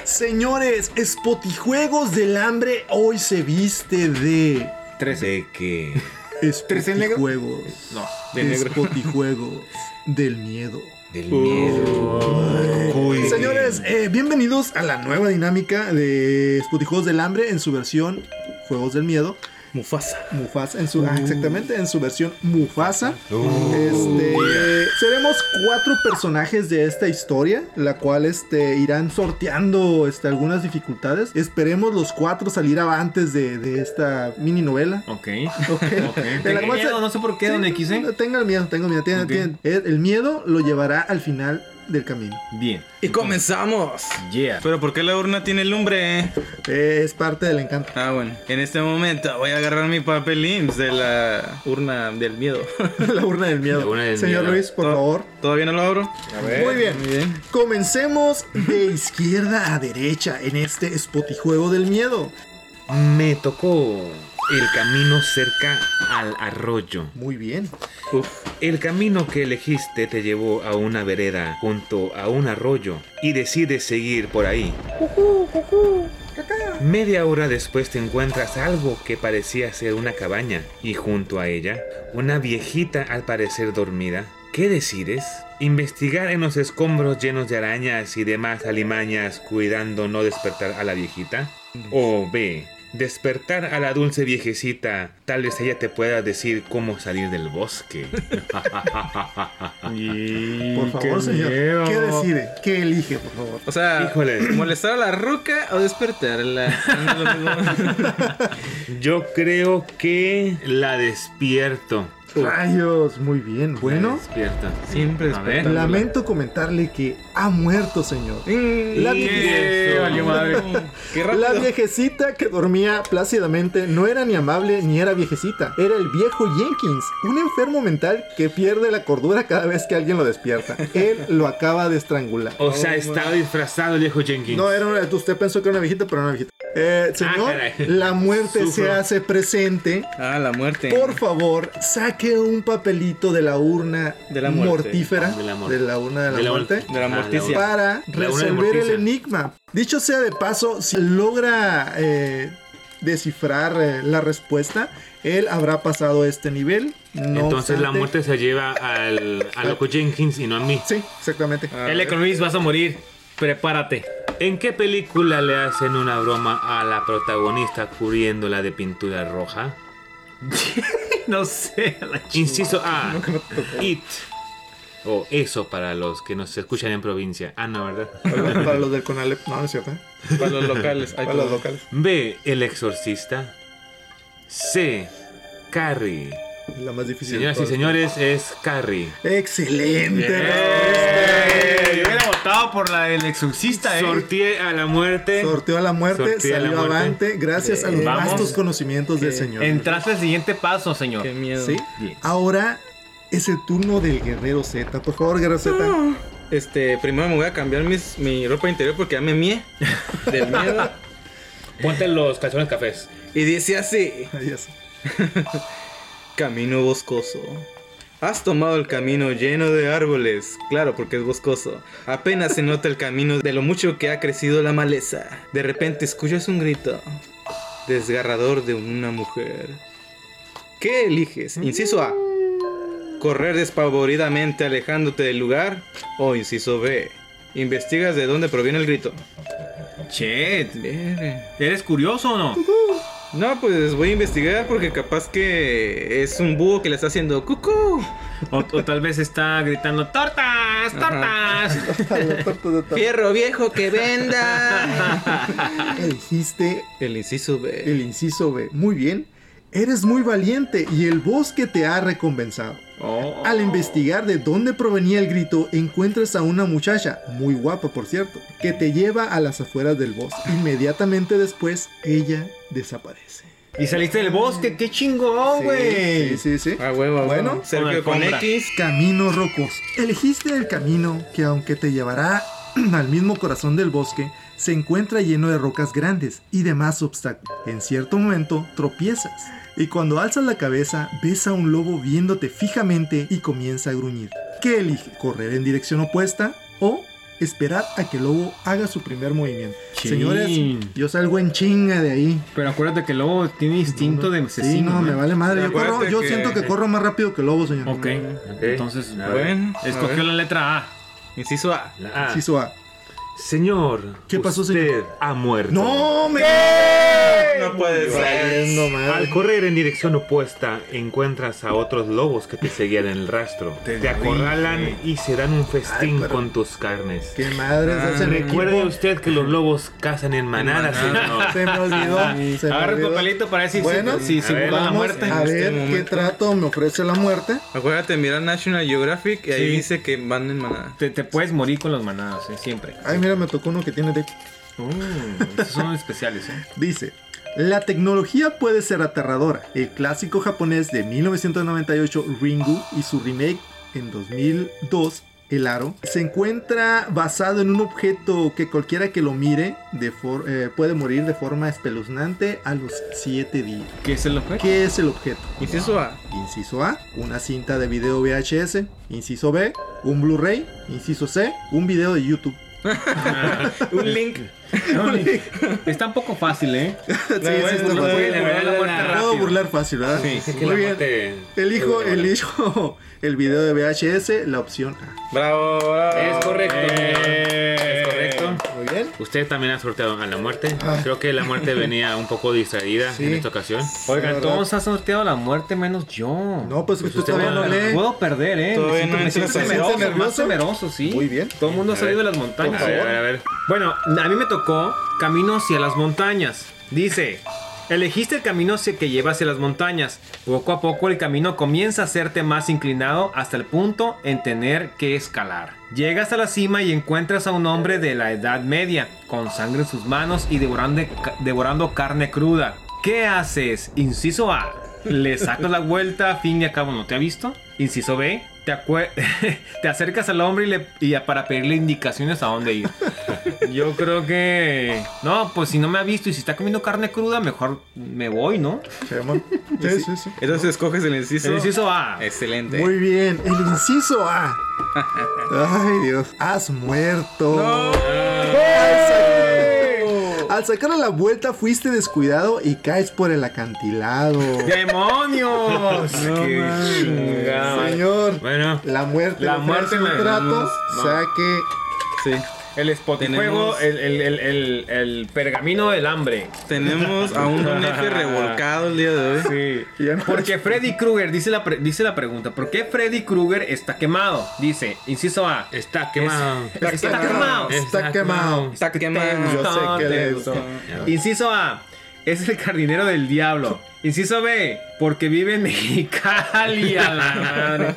Speaker 6: Señores, Spotijuegos del Hambre hoy se viste de
Speaker 7: Trece.
Speaker 4: ¿De qué?
Speaker 6: Spotijuegos.
Speaker 7: No,
Speaker 2: de negro.
Speaker 6: Spotijuegos del miedo.
Speaker 4: Del miedo. Uy.
Speaker 6: Señores, eh, bienvenidos a la nueva dinámica de Spotijuegos del Hambre en su versión Juegos del Miedo.
Speaker 2: Mufasa.
Speaker 6: Mufasa, en su, ah, exactamente, en su versión Mufasa. Este, seremos cuatro personajes de esta historia, la cual este, irán sorteando este, algunas dificultades. Esperemos los cuatro salir avantes de, de esta mini novela.
Speaker 7: Ok.
Speaker 6: Ok.
Speaker 7: okay.
Speaker 6: De la
Speaker 7: Tengo
Speaker 6: cual se-
Speaker 7: miedo, no sé por qué,
Speaker 6: Sí,
Speaker 7: don X, eh.
Speaker 6: Tengo el miedo, tengo miedo. tiene-
Speaker 7: Ok.
Speaker 6: tiene- el, el miedo lo llevará al final del camino.
Speaker 7: Bien.
Speaker 2: Y comenzamos.
Speaker 7: Yeah.
Speaker 2: Pero ¿por qué la urna tiene lumbre?
Speaker 6: Eh, es parte del encanto.
Speaker 2: Ah, bueno. En este momento voy a agarrar mi papel IMSS de la urna del miedo.
Speaker 6: la urna del miedo.
Speaker 4: La urna del
Speaker 6: Señor
Speaker 4: miedo.
Speaker 6: Luis, por
Speaker 2: No.
Speaker 6: favor.
Speaker 2: ¿Todavía no lo abro?
Speaker 6: Muy bien. Comencemos de izquierda a derecha en este spotijuego del miedo.
Speaker 4: Me tocó el camino cerca al arroyo.
Speaker 6: Muy bien.
Speaker 4: El camino que elegiste te llevó a una vereda junto a un arroyo y decides seguir por ahí. Media hora después te encuentras algo que parecía ser una cabaña y junto a ella una viejita al parecer dormida. ¿Qué decides? Investigar en los escombros llenos de arañas y demás alimañas cuidando no despertar a la viejita. O B. Despertar a la dulce viejecita, tal vez ella te pueda decir cómo salir del bosque.
Speaker 6: Por favor, señor. ¿Qué decide? ¿Qué elige, por favor?
Speaker 2: O sea,
Speaker 4: Híjole.
Speaker 2: ¿molestar a la ruca o despertarla?
Speaker 4: Yo creo que la despierto.
Speaker 6: Rayos, muy bien.
Speaker 4: La
Speaker 6: Bueno,
Speaker 4: despierto.
Speaker 2: Siempre
Speaker 4: A ver.
Speaker 2: despertarla.
Speaker 6: lamento comentarle que ha muerto, señor. La
Speaker 2: ¿Y
Speaker 6: viejecita.
Speaker 2: eso?
Speaker 6: Valió madre.
Speaker 2: Qué rápido.
Speaker 6: La viejecita que dormía plácidamente no era ni amable ni era viejecita. Era el viejo Jenkins, un enfermo mental que pierde la cordura cada vez que alguien lo despierta. Él lo acaba de estrangular.
Speaker 4: O sea, estaba disfrazado el viejo Jenkins.
Speaker 6: No, era una- usted pensó que era una viejita, pero no era una viejita. Eh, señor,
Speaker 4: Ah, caray.
Speaker 6: la muerte se
Speaker 4: Sufro.
Speaker 6: hace presente.
Speaker 2: Ah, la muerte.
Speaker 6: Por favor, saque un papelito de la urna
Speaker 2: De la muerte.
Speaker 6: mortífera.
Speaker 4: Ah, De la muerte.
Speaker 6: de la urna de la, muerte.
Speaker 2: De la morticia.
Speaker 6: Para
Speaker 4: La urna de
Speaker 6: resolver el
Speaker 4: morticia.
Speaker 6: enigma. Dicho sea de paso, si logra eh, descifrar eh, la respuesta, él habrá pasado este nivel. No
Speaker 4: Entonces la
Speaker 6: obstante-
Speaker 4: muerte se lleva al, a loco Jenkins y no a mí.
Speaker 6: Sí, exactamente.
Speaker 2: Ah,
Speaker 7: L con Luis, vas a morir. Prepárate.
Speaker 4: ¿En qué película le hacen una broma a la protagonista cubriéndola de pintura roja?
Speaker 7: No sé, a la chingada.
Speaker 4: Inciso A. It. O eso para los que nos escuchan en provincia. Ah, no, ¿verdad?
Speaker 6: Para, para los del Conalep. No, no es cierto. ¿eh?
Speaker 2: Para los locales. Ay,
Speaker 6: Para los
Speaker 2: perdón.
Speaker 6: locales.
Speaker 4: B. El exorcista. C. Carrie.
Speaker 6: La más difícil. de
Speaker 4: Señoras y
Speaker 6: todas.
Speaker 4: señores, es Carrie.
Speaker 6: Excelente.
Speaker 7: Eh, yo hubiera votado por la del exorcista, eh.
Speaker 4: Sortie a la muerte.
Speaker 6: Sorteó a la muerte,
Speaker 4: Sorteó a la
Speaker 6: salió
Speaker 4: muerte.
Speaker 6: avante, gracias a los
Speaker 7: Vamos.
Speaker 6: vastos conocimientos del señor.
Speaker 7: Entraste al siguiente paso, señor.
Speaker 2: Qué miedo.
Speaker 6: Sí. Ahora es el turno del Guerrero Z. Por favor, Guerrero Z.
Speaker 2: Este, primero me voy a cambiar mis, mi ropa interior porque ya me mié del miedo.
Speaker 4: Ponte los calzones cafés.
Speaker 2: Y dice así. Camino boscoso. Has tomado el camino lleno de árboles, claro, porque es boscoso. Apenas se nota el camino de lo mucho que ha crecido la maleza. De repente escuchas un grito desgarrador de una mujer. ¿Qué eliges? Inciso A. Correr despavoridamente alejándote del lugar. O inciso B. Investigas de dónde proviene el grito.
Speaker 7: Che, ¿eres curioso o no?
Speaker 2: No, pues voy a investigar porque capaz que es un búho que le está haciendo cucú.
Speaker 7: O, o tal vez está gritando tortas, tortas.
Speaker 2: Fierro viejo que venda.
Speaker 6: Elegiste
Speaker 2: el inciso B.
Speaker 6: El inciso B. Muy bien. Eres muy valiente y el bosque te ha recompensado.
Speaker 7: Oh.
Speaker 6: Al investigar de dónde provenía el grito, encuentras a una muchacha, muy guapa por cierto, que te lleva a las afueras del bosque. Inmediatamente después, ella desaparece.
Speaker 7: Y saliste del bosque, qué chingón, güey.
Speaker 6: Sí, sí, sí.
Speaker 2: A huevo, a
Speaker 6: Bueno,
Speaker 2: huevo. Sergio con
Speaker 7: con alfombra.
Speaker 2: X.
Speaker 6: Caminos rocos. Elegiste el camino que aunque te llevará al mismo corazón del bosque, se encuentra lleno de rocas grandes y demás obstáculos. En cierto momento tropiezas y cuando alzas la cabeza ves a un lobo viéndote fijamente y comienza a gruñir. ¿Qué elige? ¿Correr en dirección opuesta o esperar a que el lobo haga su primer movimiento?
Speaker 7: Chin.
Speaker 6: Señores, yo salgo en chinga de ahí.
Speaker 7: Pero acuérdate que el lobo tiene instinto de asesino.
Speaker 6: Sí, no,
Speaker 7: güey.
Speaker 6: me vale madre. Yo,
Speaker 2: Acuérdate
Speaker 6: corro, yo
Speaker 2: que-
Speaker 6: siento que corro más rápido que el lobo, señor.
Speaker 7: Ok, entonces,
Speaker 4: A ver.
Speaker 2: Bueno, a
Speaker 7: escogió
Speaker 2: ver.
Speaker 7: la letra A.
Speaker 2: Inciso A.
Speaker 4: La A.
Speaker 6: Inciso A.
Speaker 4: Ah. Señor.
Speaker 6: ¿Qué pasó,
Speaker 4: usted
Speaker 6: señor?
Speaker 4: Ha muerto.
Speaker 6: No, me.
Speaker 2: No puede ser.
Speaker 6: Valiendo madre.
Speaker 4: Al correr en dirección opuesta, encuentras a otros lobos que te seguían en el rastro. Te, acorralan y se dan un festín
Speaker 6: pero-
Speaker 4: con tus carnes.
Speaker 6: Qué madre
Speaker 2: Ah,
Speaker 6: se me
Speaker 4: Recuerde usted que los lobos cazan en manadas, señor.
Speaker 6: Se me olvidó. se me
Speaker 7: Agarra el
Speaker 6: olvidó.
Speaker 7: papelito para decir
Speaker 6: Bueno,
Speaker 7: si, si
Speaker 4: a ver,
Speaker 7: simula la
Speaker 6: Vamos
Speaker 7: muerte.
Speaker 6: a
Speaker 2: en
Speaker 6: ver
Speaker 2: este
Speaker 6: qué
Speaker 2: momento.
Speaker 6: trato me ofrece la muerte.
Speaker 2: Acuérdate, mira National Geographic y ahí
Speaker 7: Sí.
Speaker 2: dice que van en manada.
Speaker 7: Te, te puedes morir con los manadas, eh, siempre.
Speaker 6: Ay, mira, me tocó uno que tiene de.
Speaker 7: Uh, esos son especiales, eh.
Speaker 6: Dice. La tecnología puede ser aterradora. El clásico japonés de 1998 Ringu y su remake en 2002 El Aro se encuentra basado en un objeto que cualquiera que lo mire de for- eh, puede morir de forma espeluznante a los 7 días.
Speaker 7: ¿Qué es el objeto?
Speaker 6: ¿Qué es el objeto?
Speaker 2: Inciso A.
Speaker 6: Inciso A, una cinta de video VHS. Inciso B, un Blu-ray. Inciso C, un video de YouTube.
Speaker 2: Un link.
Speaker 7: No, ni- está un poco fácil, eh.
Speaker 6: Sí, sí,
Speaker 2: bueno, pues,
Speaker 6: está
Speaker 2: no,
Speaker 6: fácil.
Speaker 2: bueno,
Speaker 6: Me
Speaker 2: bueno,
Speaker 6: puedo
Speaker 2: bueno,
Speaker 6: burlar burlar fácil, ¿verdad? Muy bien. Elijo, elijo el video de VHS, la opción A.
Speaker 2: Bravo, bravo.
Speaker 4: Es correcto.
Speaker 7: Eh.
Speaker 4: Es correcto.
Speaker 6: Muy bien. Ah.
Speaker 4: Usted también ha sorteado a la muerte. Creo que la muerte venía un poco distraída
Speaker 6: Sí.
Speaker 4: en esta ocasión.
Speaker 6: La
Speaker 7: Oigan,
Speaker 6: verdad.
Speaker 7: todos han sorteado la muerte menos yo.
Speaker 6: No, pues que tú
Speaker 7: Usted
Speaker 6: todavía
Speaker 7: no
Speaker 6: no lees.
Speaker 7: Puedo perder, eh.
Speaker 2: Todavía no
Speaker 7: me siento, me siento
Speaker 2: entras.
Speaker 7: temeroso,
Speaker 6: ¿Sientes
Speaker 7: más
Speaker 6: nervioso?
Speaker 7: temeroso, sí.
Speaker 6: Muy bien.
Speaker 7: Todo el mundo ha
Speaker 4: A
Speaker 7: salido de
Speaker 4: ver.
Speaker 7: las
Speaker 4: A
Speaker 7: montañas.
Speaker 4: ver, a ver, a ver.
Speaker 7: Bueno, a mí me tocó Camino hacia las montañas. Dice, elegiste el camino hacia- que lleva hacia las montañas. Poco a poco el camino comienza a hacerte más inclinado hasta el punto en tener que escalar. Llegas a la cima y encuentras a un hombre de la Edad Media, con sangre en sus manos y devorando, devorando carne cruda. ¿Qué haces? Inciso A. Le sacas la vuelta, fin y a cabo no te ha visto. Inciso B. Te, acue- te acercas al hombre y, le- y a- para pedirle indicaciones a dónde ir. Yo creo que. No, pues si no me ha visto y si está comiendo carne cruda, mejor me voy, ¿no?
Speaker 6: Simón. Sí, sí, sí.
Speaker 2: Entonces escoges el inciso.
Speaker 7: El inciso A.
Speaker 2: Excelente.
Speaker 6: Muy bien. El inciso A. Ay, Dios. Has muerto. Al, sacar, al sacar a la vuelta fuiste descuidado y caes por el acantilado.
Speaker 7: ¡Demonios! ¡Qué chingada!
Speaker 6: Señor,
Speaker 4: Bueno,
Speaker 6: la muerte.
Speaker 7: La
Speaker 6: le ofrece
Speaker 7: muerte
Speaker 6: un
Speaker 7: me-
Speaker 6: trato.
Speaker 7: vamos, vamos.
Speaker 6: Saque.
Speaker 2: Sí.
Speaker 7: El Spotify,
Speaker 2: Tenemos-
Speaker 7: el, el- el- el- el pergamino del hambre.
Speaker 2: Tenemos a un Don F revolcado el día de hoy.
Speaker 7: Ah. Sí. Porque Freddy Krueger, dice la, pre- dice la pregunta, ¿por qué Freddy Krueger está quemado? Dice, inciso A.
Speaker 4: está quemado.
Speaker 7: Está, quemado.
Speaker 6: Está quemado.
Speaker 2: Está
Speaker 7: Te
Speaker 2: quemado.
Speaker 6: Yo sé
Speaker 7: gustó,
Speaker 6: que
Speaker 7: te
Speaker 6: le
Speaker 7: gustó.
Speaker 6: gustó.
Speaker 7: Inciso A. Es el jardinero del diablo. Inciso B. Porque vive en Mexicali. a la madre.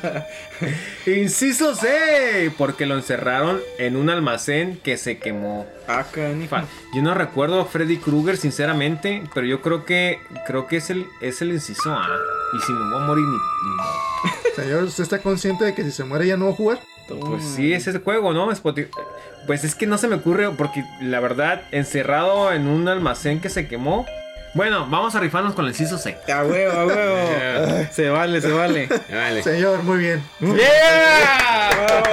Speaker 7: Inciso C. Porque lo encerraron en un almacén que se quemó.
Speaker 2: Ah, canijo.
Speaker 7: Fa- Yo no recuerdo a Freddy Krueger, sinceramente. Pero yo creo que creo que es el, es el inciso A. Y si me voy a morir, ni, ni modo.
Speaker 6: Señor, ¿usted está consciente de que si se muere ya no va a jugar?
Speaker 7: Pues sí, es ese juego, ¿no? Spoti- Pues es que no se me ocurre, porque la verdad, encerrado en un almacén que se quemó. Bueno, vamos a rifarnos con el CISO C.
Speaker 2: A huevo, a huevo. se vale, se vale.
Speaker 4: Vale.
Speaker 6: Señor, muy bien.
Speaker 7: ¡Yeah!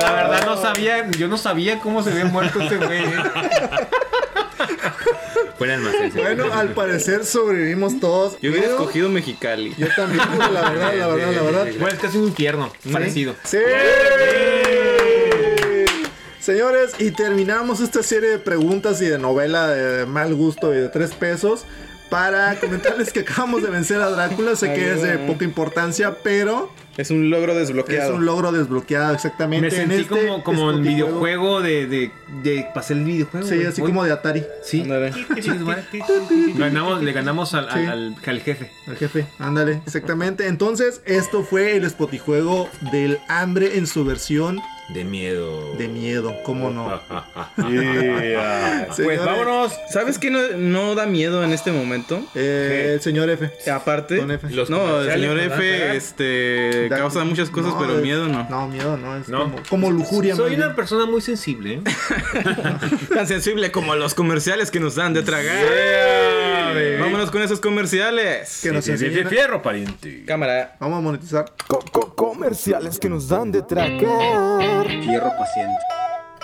Speaker 7: La verdad no sabía, yo no sabía cómo se había muerto este güey. ¿eh?
Speaker 4: Fue el almacén. señor.
Speaker 6: Bueno, al parecer sobrevivimos todos.
Speaker 2: Yo hubiera escogido Mexicali.
Speaker 6: Yo también, güey, la verdad, la verdad, la verdad.
Speaker 7: Bueno, Pues es casi un infierno, parecido.
Speaker 6: ¡Sí! Señores, y terminamos esta serie de preguntas y de novela de mal gusto y de tres pesos para comentarles que acabamos de vencer a Drácula. Sé que es de poca importancia, pero
Speaker 2: Es un logro desbloqueado.
Speaker 6: es un logro desbloqueado exactamente.
Speaker 7: Me
Speaker 6: En
Speaker 7: sentí
Speaker 6: este
Speaker 7: como, como en
Speaker 6: Spotify-
Speaker 7: videojuego de, de, de- Pasé el videojuego.
Speaker 6: Sí,
Speaker 7: güey.
Speaker 6: así
Speaker 7: Voy-
Speaker 6: como de Atari,
Speaker 7: Sí.
Speaker 2: Ándale.
Speaker 7: Chis, madre. Ganamos, le ganamos al, al, al- al jefe.
Speaker 6: el jefe. Ándale, exactamente. Entonces, esto fue el spotijuego del hambre en su versión
Speaker 4: De miedo.
Speaker 6: de miedo. ¿Cómo no?
Speaker 7: Pues
Speaker 2: Pues
Speaker 6: Señores,
Speaker 7: vámonos.
Speaker 2: ¿Sabes qué no, no da miedo en este momento?
Speaker 6: eh, el señor F.
Speaker 2: Aparte,
Speaker 6: Don F.
Speaker 4: Los
Speaker 2: no, el
Speaker 4: comerciales
Speaker 2: señor
Speaker 4: nos van a pegar.
Speaker 2: F este,
Speaker 6: Da-
Speaker 2: causa muchas cosas,
Speaker 6: No,
Speaker 2: pero
Speaker 6: es-
Speaker 2: miedo no.
Speaker 6: No, miedo no, es
Speaker 7: No.
Speaker 6: Como, como lujuria.
Speaker 7: Soy
Speaker 6: más
Speaker 7: una
Speaker 6: bien.
Speaker 7: persona muy sensible. ¿eh?
Speaker 2: Tan sensible como los comerciales que nos dan de tragar. Vámonos con esos comerciales.
Speaker 6: que nos enseñen-
Speaker 7: Fierro, pariente.
Speaker 2: Cámara.
Speaker 6: Vamos a monetizar.
Speaker 3: Co- co- comerciales que nos dan de tragar.
Speaker 7: Fierro paciente.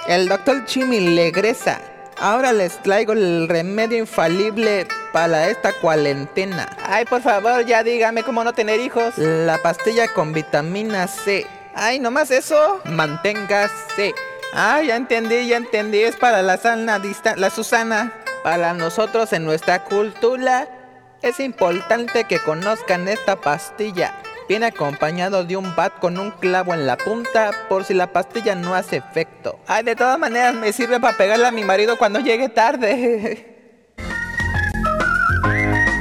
Speaker 12: El doctor Chimi regresa. Ahora les traigo el remedio infalible para esta cuarentena. Ay, por favor, ya dígame cómo no tener hijos. La pastilla con vitamina C. Ay, nomás eso. Manténgase. Ah, ya entendí, ya entendí. Es para la sana distancia. La Susana. Para nosotros en nuestra cultura. Es importante que conozcan esta pastilla. Viene acompañado de un bat con un clavo en la punta por si la pastilla no hace efecto. Ay, de todas maneras me sirve para pegarle a mi marido cuando llegue tarde.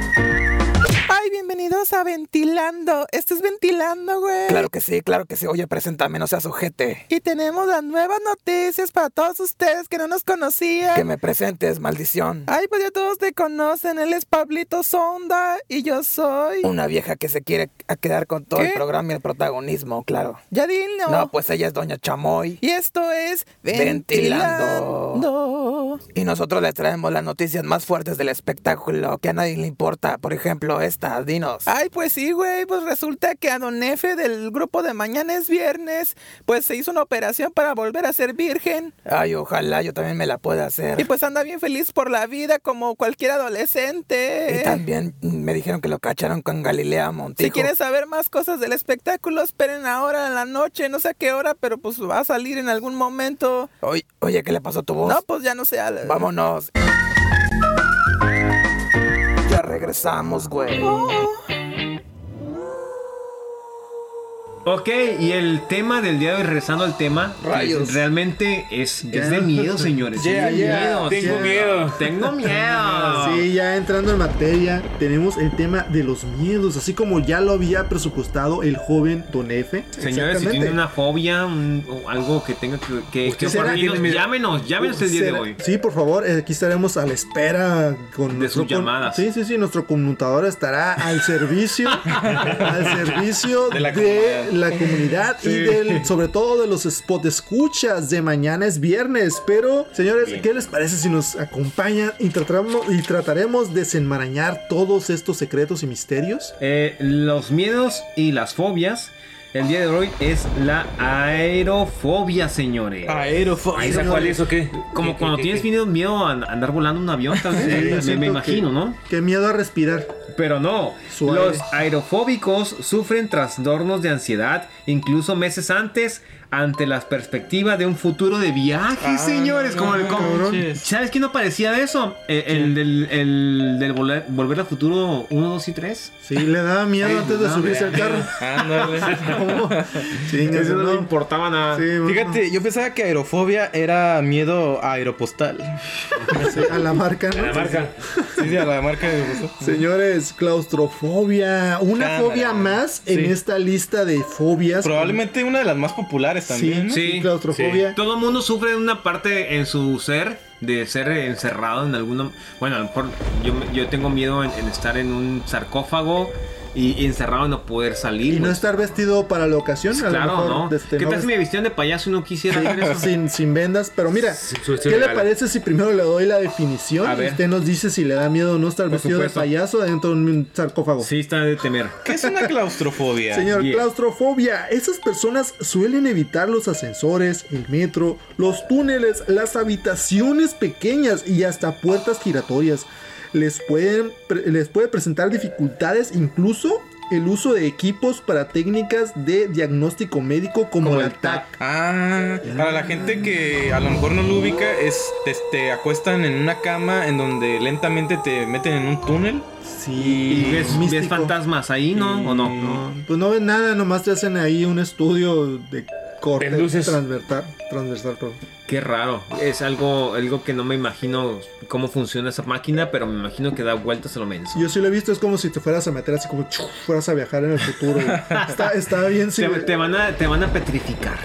Speaker 12: Ay, bienvenidos a Ventilando. Estás ventilando, güey.
Speaker 3: Eh, Claro que sí, claro que sí. Oye, preséntame, no seas ojete.
Speaker 12: Y tenemos las nuevas noticias para todos ustedes que no nos conocían.
Speaker 3: Que me presentes, maldición.
Speaker 12: Ay, pues ya todos te conocen. Él es Pablito Sonda y yo soy.
Speaker 3: Una vieja que se quiere a quedar con todo
Speaker 12: ¿Qué?
Speaker 3: el programa y el protagonismo, claro.
Speaker 12: Ya dilo.
Speaker 3: No, pues ella es Doña Chamoy.
Speaker 12: Y esto es
Speaker 3: Ventilando.
Speaker 12: Ventilando.
Speaker 3: Y nosotros les traemos las noticias más fuertes del espectáculo que a nadie le importa. Por ejemplo, esta, dinos.
Speaker 12: Ay, pues sí, güey, pues resulta que a Don Efe del grupo de Mañana es Viernes, pues se hizo una operación para volver a ser virgen.
Speaker 3: Ay, ojalá yo también me la pueda hacer.
Speaker 12: Y pues anda bien feliz por la vida como cualquier adolescente.
Speaker 3: Y también me dijeron que lo cacharon con Galilea Montijo.
Speaker 12: Si quieren saber más cosas del espectáculo, esperen ahora en la noche, no sé a qué hora, pero pues va a salir en algún momento.
Speaker 3: Oy- Oye, ¿qué le pasó a tu voz?
Speaker 12: No, pues ya no sé. al-
Speaker 3: Vámonos. Ya regresamos, güey.
Speaker 9: Eh,
Speaker 7: Ok, y el tema del día de hoy, regresando al tema, que
Speaker 2: Rayos.
Speaker 7: realmente es, es de miedo, señores.
Speaker 2: Yeah,
Speaker 7: es de
Speaker 2: yeah.
Speaker 7: miedo.
Speaker 4: Tengo
Speaker 7: sí.
Speaker 4: miedo.
Speaker 7: Tengo Oh, miedo.
Speaker 6: Sí, ya entrando en materia, tenemos el tema de los miedos, así como ya lo había presupuestado el joven Don F.
Speaker 7: Señores, si
Speaker 6: Exactamente.
Speaker 7: tienen una fobia, un- o algo que tenga que, que, que
Speaker 6: ¿Usted será-
Speaker 7: ocurrirnos,
Speaker 6: tiene miedo?
Speaker 7: llámenos, llámenos el día de
Speaker 6: Uh, Será-
Speaker 7: hoy.
Speaker 6: Sí, por favor, eh, aquí estaremos a la espera con
Speaker 7: De
Speaker 6: nuestro
Speaker 7: sus
Speaker 6: con-
Speaker 7: llamadas.
Speaker 6: Sí, sí, sí, nuestro conmutador estará al servicio, al servicio de
Speaker 2: la
Speaker 6: la comunidad, y del, sobre todo de los spot escuchas de mañana es viernes. Pero, señores, ¿qué les parece si nos acompañan y tratamos y trataremos de desenmarañar todos estos secretos y misterios?
Speaker 7: Eh, los miedos y las fobias, el día de hoy es la aerofobia, señores.
Speaker 4: ¿Ahí sacó cuál es o qué?
Speaker 7: Como
Speaker 4: ¿Qué,
Speaker 7: cuando
Speaker 4: qué,
Speaker 7: tienes
Speaker 4: qué?
Speaker 7: miedo, miedo a an- andar volando en un avión, tal vez,
Speaker 6: Sí, yo
Speaker 7: me- me,
Speaker 6: siento
Speaker 7: imagino,
Speaker 6: que-
Speaker 7: ¿no?
Speaker 6: Qué miedo a respirar.
Speaker 7: Pero no,
Speaker 6: Suave.
Speaker 7: los aerofóbicos sufren trastornos de ansiedad incluso meses antes ante las perspectivas de un futuro de viaje,
Speaker 6: Ah,
Speaker 7: señores. como el como- ¿Sabes quién no parecía de eso? Eh, el del, el del volar- volver al futuro 1, 2 y 3.
Speaker 6: Sí, le daba miedo antes de subirse al carro.
Speaker 7: Ah.
Speaker 2: Ándale.
Speaker 6: ¿Cómo? Chingas,
Speaker 7: Eso no, le
Speaker 6: ¿no?
Speaker 7: importaba nada.
Speaker 6: Sí, bueno.
Speaker 2: Fíjate, yo pensaba que aerofobia era miedo a aeropostal.
Speaker 6: Sí, a la marca, ¿no?
Speaker 4: La marca.
Speaker 2: Sí, sí, a la marca de aeropostal.
Speaker 6: Señores, claustrofobia. Una
Speaker 2: Cámara.
Speaker 6: fobia más en
Speaker 2: Sí.
Speaker 6: esta lista de fobias.
Speaker 2: Probablemente una de las más populares
Speaker 6: Sí,
Speaker 2: también, ¿no?
Speaker 6: sí,
Speaker 7: Sí,
Speaker 6: claustrofobia.
Speaker 7: Todo el mundo sufre de una parte en su ser de ser encerrado en alguna. Bueno, a lo mejor yo, me- yo tengo miedo en, en estar en un sarcófago. y, y encerrado no poder salir.
Speaker 6: Y
Speaker 2: pues.
Speaker 6: no
Speaker 7: güey.
Speaker 6: estar vestido para la ocasión, a lo
Speaker 7: claro,
Speaker 6: mejor.
Speaker 7: ¿no?
Speaker 6: este,
Speaker 7: ¿Qué
Speaker 6: no
Speaker 7: tal si me vistieron de payaso y no quisiera hacer eso?
Speaker 6: sin, sin vendas, pero mira,
Speaker 7: su- su
Speaker 6: ¿qué le
Speaker 7: regalo.
Speaker 6: parece si primero le doy la definición
Speaker 7: A
Speaker 6: y
Speaker 7: ver.
Speaker 6: usted nos dice si le da miedo o no estar
Speaker 7: Por
Speaker 6: vestido
Speaker 7: supuesto.
Speaker 6: de payaso dentro de un sarcófago?
Speaker 7: Sí, está de temer.
Speaker 2: ¿Qué es una claustrofobia?
Speaker 6: Señor,
Speaker 7: Bien.
Speaker 6: claustrofobia. Esas personas suelen evitar los ascensores, el metro, los túneles, las habitaciones pequeñas y hasta puertas giratorias. Les, pueden, pre- les puede presentar dificultades incluso el uso de equipos para técnicas de diagnóstico médico como, el TAC.
Speaker 2: Ah, para la gente que a lo mejor no lo ubica, es te, te acuestan en una cama en donde lentamente te meten en un túnel.
Speaker 6: Sí,
Speaker 7: ¿Y ves,
Speaker 6: místico.
Speaker 7: ves fantasmas ahí, no? ¿O no?
Speaker 6: No, pues no ven nada, nomás te hacen ahí un estudio de corte
Speaker 4: De luces.
Speaker 6: transversal, transversal perdón.
Speaker 7: Qué raro. Es algo, algo que no me imagino cómo funciona esa máquina, pero me imagino que da vueltas a lo menos.
Speaker 6: Yo sí lo he visto, es como si te fueras a meter así como chuf, fueras a viajar en el futuro. güey. Está, está bien, sí,
Speaker 7: Te,
Speaker 6: güey.
Speaker 7: te van a, te van a petrificar.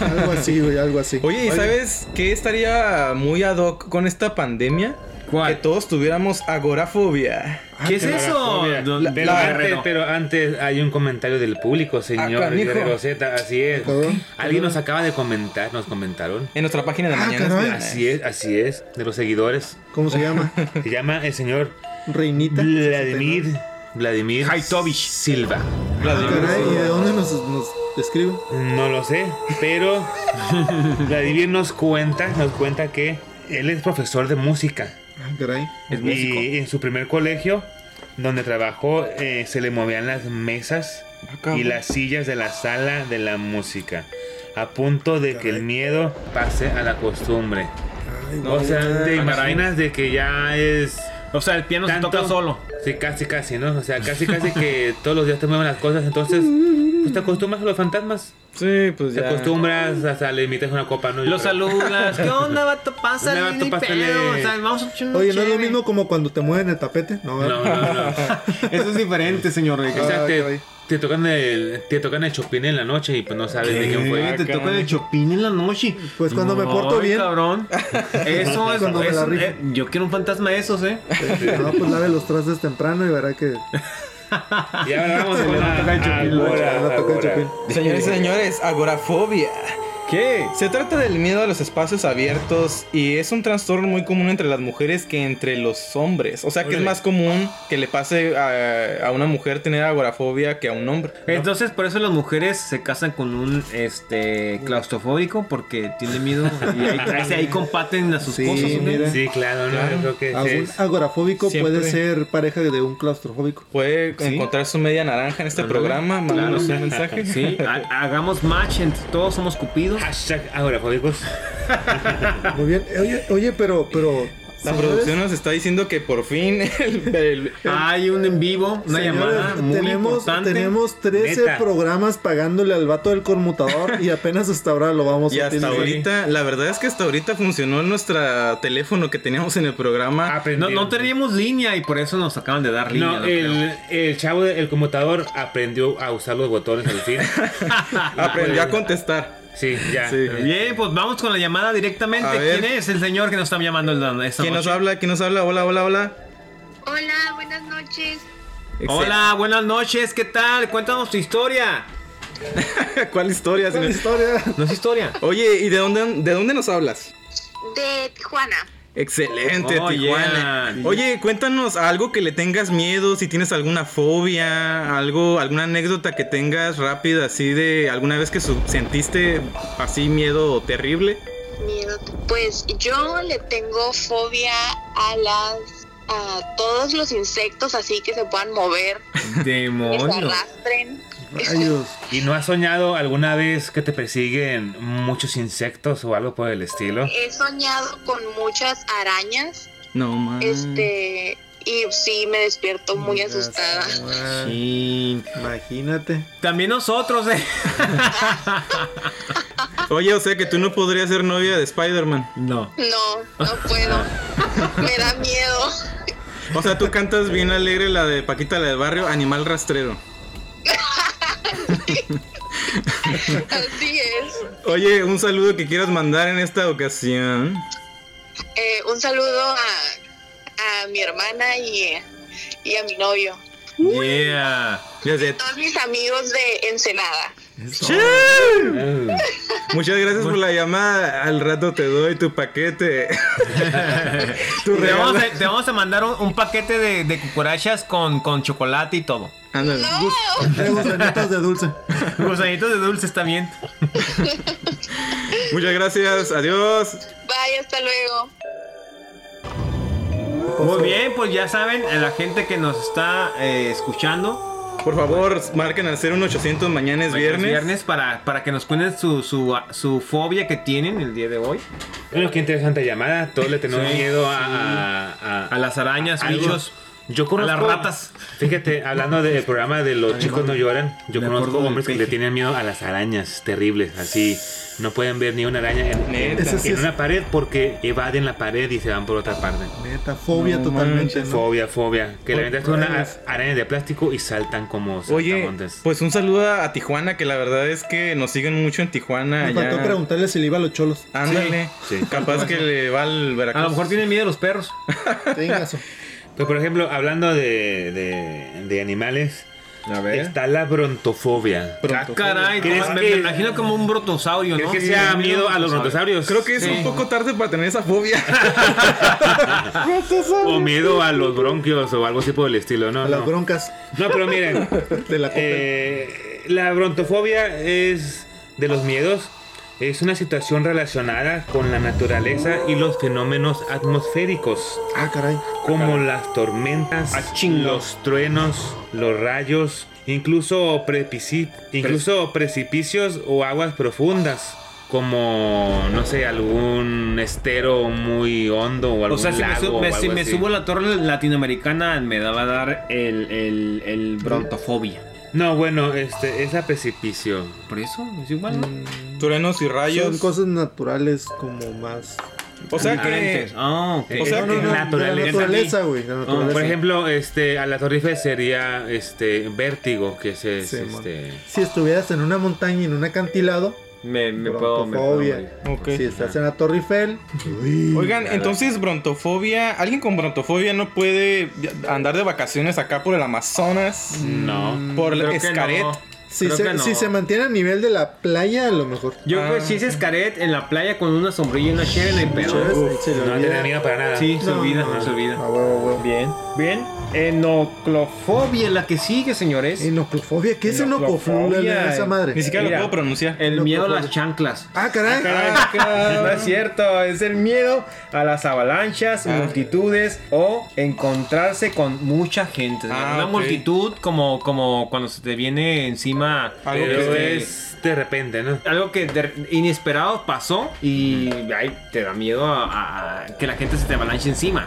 Speaker 6: algo así, güey, algo así.
Speaker 2: Oye, ¿y sabes qué estaría muy ad hoc con esta pandemia?
Speaker 7: ¿Cuál? Ah,
Speaker 2: Que todos tuviéramos agorafobia.
Speaker 6: Ah,
Speaker 7: ¿Qué es eso?
Speaker 4: Mira,
Speaker 7: don-
Speaker 4: pero,
Speaker 7: don
Speaker 4: antes,
Speaker 7: Guerrero?
Speaker 4: pero antes hay un comentario del
Speaker 6: Ah,
Speaker 4: público, señor
Speaker 2: canijo.
Speaker 4: Guerrero Z, así es.
Speaker 6: Perdón.
Speaker 4: Alguien nos acaba de comentar, nos comentaron.
Speaker 2: En nuestra página de
Speaker 6: Ah,
Speaker 2: mañana.
Speaker 6: caray.
Speaker 4: Así es, así es, de los seguidores.
Speaker 6: ¿Cómo se llama?
Speaker 4: Se llama el señor
Speaker 6: Reinita.
Speaker 4: Vladimir, Vladimir
Speaker 7: Haitovich.
Speaker 4: Silva.
Speaker 6: Ah, caray, ¿Y de dónde nos, nos escribe?
Speaker 4: No lo sé, pero Vladimir nos cuenta, nos cuenta que él es profesor de música.
Speaker 6: Ah, caray.
Speaker 7: Es músico.
Speaker 4: Y en su primer colegio, donde trabajó, eh, se le movían las mesas
Speaker 7: Ah,
Speaker 4: y las sillas de la sala de la música. A punto de que el miedo pase a la costumbre. o sea, te
Speaker 7: Ah, caray.
Speaker 4: imaginas de que ya es...
Speaker 7: O sea, el piano se toca solo.
Speaker 4: Sí, casi, casi, ¿no? O sea, casi, casi que todos los días te mueven las cosas. Entonces, pues te acostumbras a los fantasmas.
Speaker 2: Sí, pues
Speaker 4: Te
Speaker 2: ya.
Speaker 4: acostumbras, hasta le invitas una copa, ¿no? Yo creo.
Speaker 7: Lo saludas. ¿Qué onda, vato? Pásale,
Speaker 4: Hola,
Speaker 7: no
Speaker 4: vato,
Speaker 7: hay
Speaker 4: pásale.
Speaker 7: pedo. O sea, vamos a echar una
Speaker 6: Oye, ¿no es lo
Speaker 7: chévere.
Speaker 6: mismo como cuando te mueven el tapete? No,
Speaker 4: No,
Speaker 6: ¿verdad?
Speaker 4: no, no.
Speaker 7: Eso es diferente, señor.
Speaker 4: O sea,
Speaker 6: Ah,
Speaker 4: te,
Speaker 6: caray.
Speaker 4: te tocan el, te tocan el chopín en la noche y pues no sabes de quién
Speaker 7: ¿Qué?
Speaker 4: fue.
Speaker 7: Te tocan el chopín en la noche.
Speaker 6: Pues cuando me porto
Speaker 7: Ay,
Speaker 6: bien.
Speaker 7: cabrón. Eso es.
Speaker 6: Cuando me la
Speaker 7: eso-
Speaker 6: rifo.
Speaker 7: eh, yo quiero un fantasma de esos, ¿eh?
Speaker 6: No, pues lave los trastes temprano y verá que
Speaker 4: Y ahora vamos
Speaker 6: le
Speaker 4: con
Speaker 6: va a tocar el
Speaker 4: la
Speaker 6: chupín, le va a
Speaker 4: agora,
Speaker 6: tocar el
Speaker 4: agora.
Speaker 6: chupín.
Speaker 2: Señores y señores, agorafobia.
Speaker 7: ¿Qué?
Speaker 2: Se trata del miedo a los espacios abiertos y es un trastorno muy común entre las mujeres que entre los hombres. O sea que es
Speaker 4: Órale.
Speaker 2: más común que le pase a, a una mujer tener agorafobia que a un hombre.
Speaker 7: Entonces, por eso las mujeres se casan con un este claustrofóbico porque tiene miedo y ahí, ahí, ahí comparten a sus
Speaker 6: Sí,
Speaker 7: cosas. ¿no?
Speaker 6: mira.
Speaker 4: Sí, claro, no, yo creo que sí
Speaker 6: algún
Speaker 4: es.
Speaker 6: agorafóbico
Speaker 2: Siempre.
Speaker 6: puede ser pareja de un claustrofóbico.
Speaker 2: Puede
Speaker 7: Sí.
Speaker 2: encontrar su media naranja en este
Speaker 7: Ándale.
Speaker 2: programa, mandarnos
Speaker 7: Claro.
Speaker 2: un mensaje.
Speaker 7: Sí, ha- hagamos match entre todos, somos cupidos.
Speaker 4: Hashtag agorafóbicos.
Speaker 6: Muy bien. Oye, oye pero, pero.
Speaker 2: La
Speaker 6: señores,
Speaker 2: producción nos está diciendo que por fin el- el-
Speaker 7: Hay un en vivo, una
Speaker 6: señores,
Speaker 7: llamada muy
Speaker 6: tenemos,
Speaker 7: importante.
Speaker 6: tenemos 13
Speaker 4: Neta.
Speaker 6: programas pagándole al vato del conmutador y apenas hasta ahora lo vamos
Speaker 2: y
Speaker 6: a
Speaker 2: hasta
Speaker 6: tener.
Speaker 2: ahorita, la verdad es que hasta ahorita funcionó nuestro teléfono que teníamos en el programa.
Speaker 7: Ah, No,
Speaker 4: Aprendieron.
Speaker 7: no teníamos línea y por eso nos acaban de dar línea.
Speaker 4: No,
Speaker 7: yo creo.
Speaker 4: el, el chavo del computador aprendió a usar los botones al fin.
Speaker 2: Ah, Aprendió a contestar.
Speaker 4: Sí, ya.
Speaker 2: Sí.
Speaker 7: Bien, pues vamos con la llamada directamente.
Speaker 2: A ver.
Speaker 7: ¿Quién es el señor que nos está llamando el- esta
Speaker 2: ¿Quién nos
Speaker 7: noche?
Speaker 2: habla? ¿Quién nos habla? Hola, hola, hola.
Speaker 14: Hola, buenas noches.
Speaker 7: Hola, buenas noches, ¿qué tal? Cuéntanos tu historia.
Speaker 2: ¿Cuál historia?
Speaker 6: Esta
Speaker 2: señor?
Speaker 6: historia.
Speaker 7: No es historia.
Speaker 2: Oye, ¿y de dónde, de dónde nos hablas?
Speaker 14: De Tijuana.
Speaker 2: Excelente,
Speaker 7: Oh,
Speaker 2: Tijuana.
Speaker 7: yeah.
Speaker 2: Oye, cuéntanos algo que le tengas miedo, si tienes alguna fobia, algo, alguna anécdota que tengas rápida, así de alguna vez que su- sentiste así miedo terrible.
Speaker 14: Miedo. Pues yo le tengo fobia a las a todos los insectos así que se puedan mover, que se
Speaker 7: Demonios.
Speaker 14: arrastren.
Speaker 6: Rayos.
Speaker 4: ¿Y no has soñado alguna vez que te persiguen muchos insectos o algo por el estilo?
Speaker 14: He soñado con muchas arañas,
Speaker 2: No man.
Speaker 14: este, y sí me despierto muy asustada.
Speaker 7: Ah. Sí.
Speaker 6: Imagínate.
Speaker 7: También nosotros, eh.
Speaker 2: Oye, o sea que tú no podrías ser novia de Spider-Man.
Speaker 7: No.
Speaker 14: No, no puedo. me da miedo.
Speaker 2: O sea, tú cantas bien alegre la de Paquita la del barrio, Animal Rastrero.
Speaker 14: Así es.
Speaker 2: Oye, un saludo que quieras mandar en esta ocasión.
Speaker 14: Eh, un saludo a, a mi hermana y, y a mi novio.
Speaker 7: Yeah.
Speaker 14: Desde... Todos mis amigos de Ensenada.
Speaker 2: Muchas gracias por la llamada. Al rato te doy tu paquete.
Speaker 7: Tu te, vamos a, te vamos a mandar un, un paquete de, de cucarachas con, con chocolate y todo.
Speaker 2: Ándale.
Speaker 6: Gus- Gusanitos de dulce.
Speaker 7: Gusanitos de dulce está bien.
Speaker 2: Muchas gracias. Adiós.
Speaker 14: Bye, hasta luego.
Speaker 7: Muy bien, pues ya saben, a la gente que nos está eh, escuchando.
Speaker 2: Por favor, marquen al 01800 mañana es
Speaker 7: Viernes.
Speaker 2: viernes.
Speaker 7: viernes para, para que nos cuenten su, su, su fobia que tienen el día de hoy.
Speaker 4: Bueno, qué interesante llamada. Todos le tenemos
Speaker 7: Sí,
Speaker 4: miedo a,
Speaker 7: sí.
Speaker 4: a-
Speaker 7: A las arañas,
Speaker 4: algo.
Speaker 7: bichos.
Speaker 4: Yo conozco.
Speaker 7: A las ratas.
Speaker 4: Fíjate, hablando del programa de los chicos no lloran, yo conozco
Speaker 7: Me acuerdo del
Speaker 4: hombres que
Speaker 7: peje.
Speaker 4: le tienen miedo a las arañas terribles, así. No pueden ver ni una araña en, en-
Speaker 2: Neta.
Speaker 6: Eso sí
Speaker 4: en
Speaker 6: es-
Speaker 4: una pared porque evaden la pared y se van por otra parte.
Speaker 6: Neta, fobia
Speaker 2: No
Speaker 6: totalmente. ¿no?
Speaker 4: Fobia, fobia. Que le
Speaker 6: Por
Speaker 4: metes una
Speaker 6: raras.
Speaker 4: araña de plástico y saltan como
Speaker 2: Oye,
Speaker 4: saltamontes.
Speaker 2: pues un saludo a Tijuana, que la verdad es que nos siguen mucho en Tijuana.
Speaker 6: Me faltó
Speaker 2: allá.
Speaker 6: preguntarle si le iba a los cholos.
Speaker 2: Ah, Ándale.
Speaker 4: Sí.
Speaker 2: Capaz que le va al Veracruz.
Speaker 7: A lo mejor tienen miedo a los perros.
Speaker 6: Tenga su-
Speaker 4: Pues, por ejemplo, hablando de, de- de animales,
Speaker 7: A
Speaker 4: está la brontofobia.
Speaker 7: Ah, caray,
Speaker 4: ¿Crees
Speaker 7: como- me,
Speaker 4: que-
Speaker 7: me imagino como un brotosaurio,
Speaker 4: ¿Crees
Speaker 7: ¿no?
Speaker 4: que
Speaker 7: Sí,
Speaker 4: sea
Speaker 7: un
Speaker 4: miedo a los brontosaurios?
Speaker 2: Creo que es un poco tarde para tener esa fobia.
Speaker 4: O miedo a los bronquios o algo así por el estilo, ¿no?
Speaker 6: a las
Speaker 4: no.
Speaker 6: broncas
Speaker 4: No, pero miren,
Speaker 6: de la copa.
Speaker 4: eh, la brontofobia es de los miedos. Es una situación relacionada con la naturaleza y los fenómenos atmosféricos,
Speaker 6: Ah, caray.
Speaker 4: como las tormentas,
Speaker 7: Ah, chingo.
Speaker 4: los truenos, los rayos, incluso, prepici- incluso precipicios o aguas profundas, como, no sé, algún estero muy hondo o algún
Speaker 7: O sea, si me,
Speaker 4: lago
Speaker 7: su-
Speaker 4: o
Speaker 7: me-
Speaker 4: algo
Speaker 7: si me
Speaker 4: así.
Speaker 7: subo a la torre latinoamericana, me va a dar eh, el, el, el brontofobia.
Speaker 4: No, bueno, este es a precipicio.
Speaker 7: ¿Por eso? ¿Es Pues igual? ¿no?
Speaker 2: Truenos y
Speaker 6: Son
Speaker 2: rayos.
Speaker 6: cosas naturales como más.
Speaker 2: O sea
Speaker 7: Diferentes.
Speaker 2: que.
Speaker 7: Ah, ok.
Speaker 4: O sea,
Speaker 6: No, no,
Speaker 4: que
Speaker 6: no,
Speaker 4: naturaleza.
Speaker 6: de la naturaleza, güey. de la naturaleza.
Speaker 4: Ah, Por ejemplo, este, a la Torre Eiffel sería este vértigo, que es, es,
Speaker 6: Sí, mon.
Speaker 4: este.
Speaker 6: Si estuvieras en una montaña, en un acantilado,
Speaker 7: me, me puedo... me puedo morir.
Speaker 6: brontofobia.
Speaker 2: Ok.
Speaker 6: Si estás en la Torre Eiffel, uy,
Speaker 2: Oigan, entonces brontofobia. ¿Alguien con brontofobia no puede andar de vacaciones acá por el Amazonas?
Speaker 4: No.
Speaker 2: Por
Speaker 7: Creo que
Speaker 2: Escaret.
Speaker 7: no.
Speaker 6: si
Speaker 7: Creo
Speaker 6: se,
Speaker 7: que no.
Speaker 6: si se mantiene a nivel de la playa, a lo mejor.
Speaker 7: Yo creo
Speaker 2: Ah.
Speaker 7: que si es escaret en la playa con una sombrilla y una cheve, no hay pedo.
Speaker 6: Chévere, se le
Speaker 4: No
Speaker 6: olvida.
Speaker 4: tiene miedo para nada.
Speaker 7: Sí, se
Speaker 6: No,
Speaker 7: olvida,
Speaker 6: no.
Speaker 7: se olvida.
Speaker 6: A huevo, a huevo.
Speaker 7: Bien, bien. Enoclofobia, la que sigue, señores.
Speaker 6: Enoclofobia, ¿qué es enoclofobia?
Speaker 7: Enoclofobia,
Speaker 6: Esa madre.
Speaker 2: Ni siquiera
Speaker 7: Mira.
Speaker 2: lo puedo pronunciar.
Speaker 7: El miedo a
Speaker 6: Enoclofobia.
Speaker 7: las chanclas.
Speaker 6: Ah, caray.
Speaker 7: No es cierto, es el miedo a las avalanchas,
Speaker 2: Ah.
Speaker 7: multitudes o encontrarse con mucha gente.
Speaker 2: Ah,
Speaker 7: Una
Speaker 2: ok.
Speaker 7: multitud como, como cuando se te viene encima
Speaker 2: Algo que
Speaker 4: Pero
Speaker 7: este,
Speaker 4: es de repente, ¿no?
Speaker 7: algo que de- inesperado pasó y ay, te da miedo a, a- a que la gente se te avalanche encima.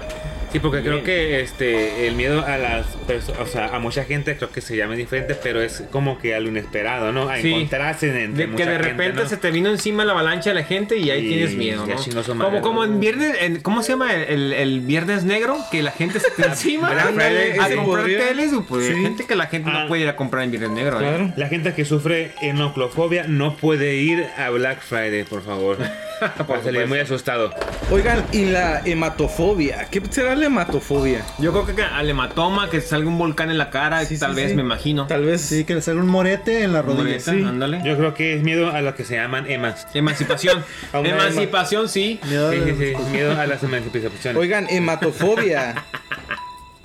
Speaker 4: Sí, porque creo
Speaker 7: Bien.
Speaker 4: que este el miedo a las personas, o sea, a mucha gente creo que se llama diferente, pero es como que algo inesperado, ¿no? A
Speaker 7: Sí.
Speaker 4: encontrarse entre
Speaker 7: De-
Speaker 4: mucha
Speaker 7: que de
Speaker 4: gente,
Speaker 7: repente
Speaker 4: ¿no?
Speaker 7: se te vino encima la avalancha de la gente y ahí
Speaker 4: Y
Speaker 7: tienes miedo,
Speaker 4: ya
Speaker 7: ¿no?
Speaker 4: chingó su madre.
Speaker 7: Como, como en viernes, en- ¿cómo se llama? El, el- el viernes negro, que la gente se te encima
Speaker 4: Black Friday,
Speaker 7: a
Speaker 4: ese
Speaker 7: comprar
Speaker 2: podría.
Speaker 7: teles, pues, hay gente que la gente
Speaker 4: Ah.
Speaker 7: no puede ir a comprar en viernes negro, ¿eh?
Speaker 2: Claro.
Speaker 4: La gente que sufre enoclofobia no puede ir a Black Friday, por favor. Porque se le ve muy asustado.
Speaker 2: Oigan, y la hematofobia. ¿Qué será la hematofobia?
Speaker 7: Yo creo que al hematoma, que salga un volcán en la cara,
Speaker 2: Sí, sí,
Speaker 7: tal vez,
Speaker 2: sí.
Speaker 7: me imagino.
Speaker 2: Tal vez
Speaker 6: Sí, que le salga un morete en la rodilla.
Speaker 7: Moreta, ándale.
Speaker 4: Yo creo que es miedo a lo que se llaman emas.
Speaker 7: Emancipación.
Speaker 2: A una
Speaker 7: Emancipación, sí.
Speaker 6: Miedo
Speaker 4: Sí,
Speaker 6: a-
Speaker 4: sí, sí, Miedo a las emancipaciones.
Speaker 2: Oigan, hematofobia.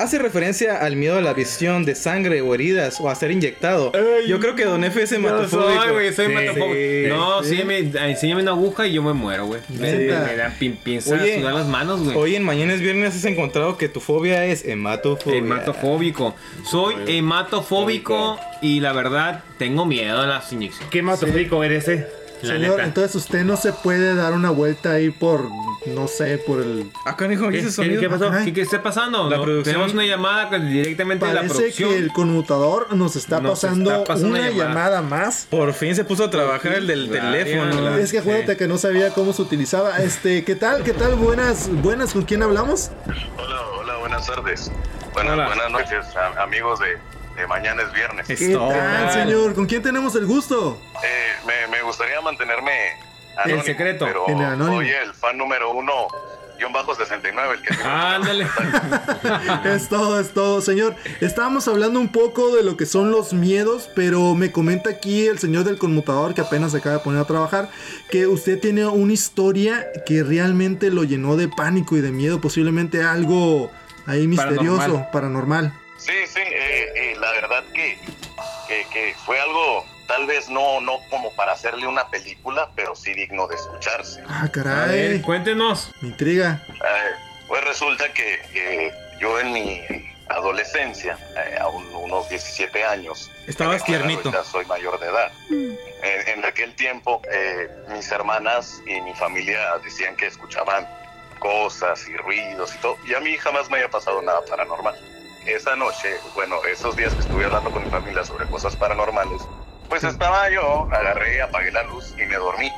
Speaker 2: Hace referencia al miedo a la visión de sangre o heridas o a ser inyectado. Yo creo que Don F es hematofóbico.
Speaker 7: Ay, güey, soy
Speaker 4: Sí,
Speaker 7: hematofóbico.
Speaker 4: sí,
Speaker 7: no, sí, me, enséñame una aguja y yo me muero, güey. Me,
Speaker 6: Neta.
Speaker 7: me dan pim, piensa a
Speaker 2: Oye,
Speaker 7: sudar las manos, güey.
Speaker 2: Hoy en Mañana es Viernes has encontrado que tu fobia es hematofobia.
Speaker 7: Hematofóbico. Soy hematofóbico y la verdad tengo miedo a las inyecciones.
Speaker 4: ¿Qué más rico eres, eh? La
Speaker 6: Señor,
Speaker 4: neta.
Speaker 6: entonces usted no se puede dar una vuelta ahí por, no sé, por el...
Speaker 2: Ah, canijo, ¿qué es ese
Speaker 4: ¿Qué, qué-
Speaker 2: sonido?
Speaker 4: qué pasó?
Speaker 6: Ajá.
Speaker 7: ¿Qué, qué está pasando?
Speaker 2: La
Speaker 7: No,
Speaker 2: producción-
Speaker 7: Tenemos una llamada con- directamente de la
Speaker 6: Parece
Speaker 7: producción.
Speaker 6: que el conmutador nos está
Speaker 7: Nos
Speaker 6: pasando,
Speaker 7: está pasando
Speaker 6: una
Speaker 7: una llamada.
Speaker 6: llamada más.
Speaker 2: Por fin se puso a trabajar el del
Speaker 7: Claro.
Speaker 2: teléfono.
Speaker 7: Ah,
Speaker 6: Es que acuérdate que no sabía cómo se utilizaba. Este, ¿qué tal? ¿Qué tal? Buenas, buenas, ¿con quién hablamos?
Speaker 15: Hola, hola, buenas tardes. Buenas,
Speaker 7: Hola.
Speaker 15: buenas noches, a- amigos de, de Mañana es Viernes.
Speaker 2: Es-
Speaker 6: ¿Qué
Speaker 15: Ah,
Speaker 2: Esto.
Speaker 6: tal, señor? ¿Con quién tenemos el gusto?
Speaker 15: Eh, me, me gustaría mantenerme Anónimo,
Speaker 7: el secreto.
Speaker 15: Pero, Oye, el fan número uno, guión bajo 69, el que...
Speaker 7: Ándale.
Speaker 6: es todo, es todo, señor. Estábamos hablando un poco de lo que son los miedos, pero me comenta aquí el señor del conmutador que apenas se acaba de poner a trabajar, que usted tiene una historia que realmente lo llenó de pánico y de miedo, posiblemente algo ahí misterioso, paranormal.
Speaker 15: Sí, sí, eh, eh, la verdad que, que, que fue algo, tal vez no, no como para hacerle una película, pero sí digno de escucharse.
Speaker 6: Ah,
Speaker 7: A
Speaker 6: caray.
Speaker 7: ver, cuéntenos.
Speaker 6: Me intriga.
Speaker 15: Eh, pues resulta que, que yo en mi adolescencia, eh, a un- unos 17 años,
Speaker 2: Estabas tiernito.
Speaker 15: ya soy mayor de edad. En, en aquel tiempo, eh, mis hermanas y mi familia decían que escuchaban cosas y ruidos y todo, y a mí jamás me había pasado nada paranormal. Esa noche, bueno, esos días que estuve hablando con mi familia sobre cosas paranormales, pues estaba yo, agarré, apagué la luz y me dormí.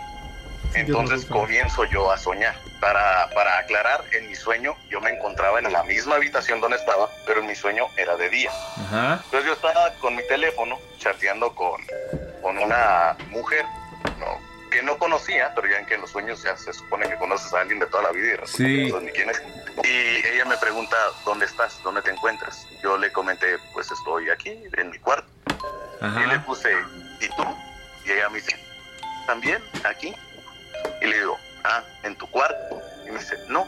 Speaker 15: Entonces comienzo yo a soñar. Para, para aclarar, en mi sueño yo me encontraba en la misma habitación donde estaba, pero en mi sueño era de día.
Speaker 7: Ajá.
Speaker 15: Entonces yo estaba con mi teléfono chateando con, con una mujer ¿no? que no conocía, pero ya en que en los sueños ya se supone que conoces a alguien de toda la vida y resulta
Speaker 7: Sí.
Speaker 15: que no sabes ni quién es. Y ella me pregunta, ¿dónde estás? ¿Dónde te encuentras? Yo le comenté, pues estoy aquí, en mi cuarto. Y le
Speaker 7: Ajá.
Speaker 15: puse, ¿y tú? Y ella me dice, ¿también? ¿Aquí? Y le digo, ah, ¿en tu cuarto? Y me dice, no,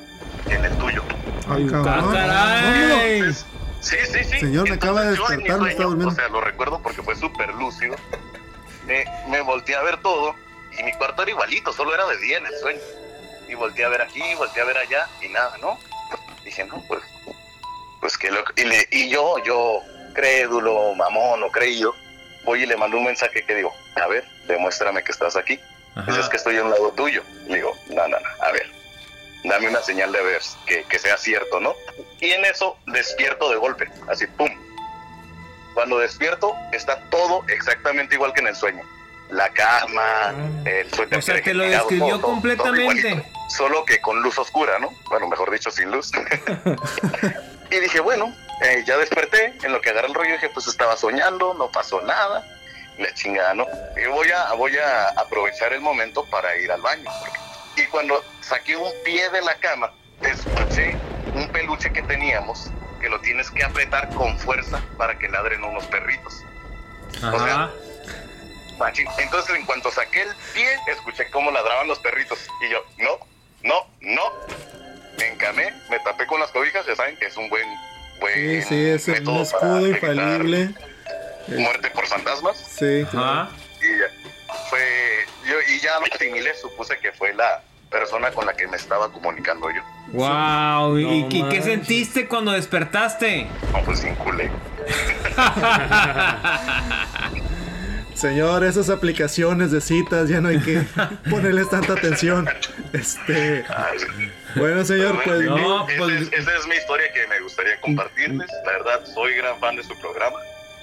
Speaker 15: en el tuyo.
Speaker 6: Ay, cabrón.
Speaker 7: Ah, caray!
Speaker 15: Sí, sí, sí.
Speaker 6: Señor, me acaba de
Speaker 15: yo en mi
Speaker 6: despertar, me está
Speaker 15: sueño,
Speaker 6: durmiendo.
Speaker 15: O sea, lo recuerdo porque fue súper lúcido. Eh, me volteé a ver todo y mi cuarto era igualito, solo era de día en el sueño. Y volteé a ver aquí, volteé a ver allá y nada, ¿no? Dije, no, pues, pues que loco. Y, le- y yo, yo, crédulo, mamón o creído, voy y le mando un mensaje que digo, a ver, demuéstrame que estás aquí. Dices que estoy a un lado tuyo. Le digo, no, no, no, a ver, dame una señal de ver que, que sea cierto, ¿no? Y en eso despierto de golpe, así, ¡pum! Cuando despierto, está todo exactamente igual que en el sueño. La cama, el suéter.
Speaker 7: Ah. O sea,
Speaker 15: que
Speaker 7: te lo
Speaker 15: dejé tirado, todo,
Speaker 7: describió
Speaker 15: todo, todo
Speaker 7: completamente.
Speaker 15: igualito. Solo que con luz oscura, ¿no? Bueno, mejor dicho, sin luz. y dije, bueno, eh, ya desperté. En lo que agarré el rollo, dije, pues estaba soñando, no pasó nada. La chingada, ¿no? Y voy a, voy a aprovechar el momento para ir al baño. Y cuando saqué un pie de la cama, escuché un peluche que teníamos que lo tienes que apretar con fuerza para que ladren unos perritos.
Speaker 7: Ajá.
Speaker 15: Machín. Entonces, en cuanto saqué el pie, escuché cómo ladraban los perritos. Y yo, no, no, no. Me encamé, me tapé con las cobijas. Ya saben que es un buen, buen
Speaker 6: Sí, sí, es un
Speaker 15: método
Speaker 6: escudo
Speaker 15: para evitar
Speaker 6: infalible.
Speaker 15: muerte por fantasmas.
Speaker 6: Sí, claro.
Speaker 15: Y ya, fue, yo, y ya lo asimilé, supuse que fue la persona con la que me estaba comunicando yo.
Speaker 7: Wow, ¿y- ¿y,
Speaker 15: No
Speaker 7: qué- qué
Speaker 15: manches.
Speaker 7: sentiste cuando despertaste?
Speaker 15: No, pues inculé.
Speaker 6: Señor, esas aplicaciones de citas ya no hay que ponerles tanta atención. Este. Bueno, señor, pues.
Speaker 15: Esa es- esa es mi historia que me gustaría compartirles. La verdad, soy gran fan de su programa.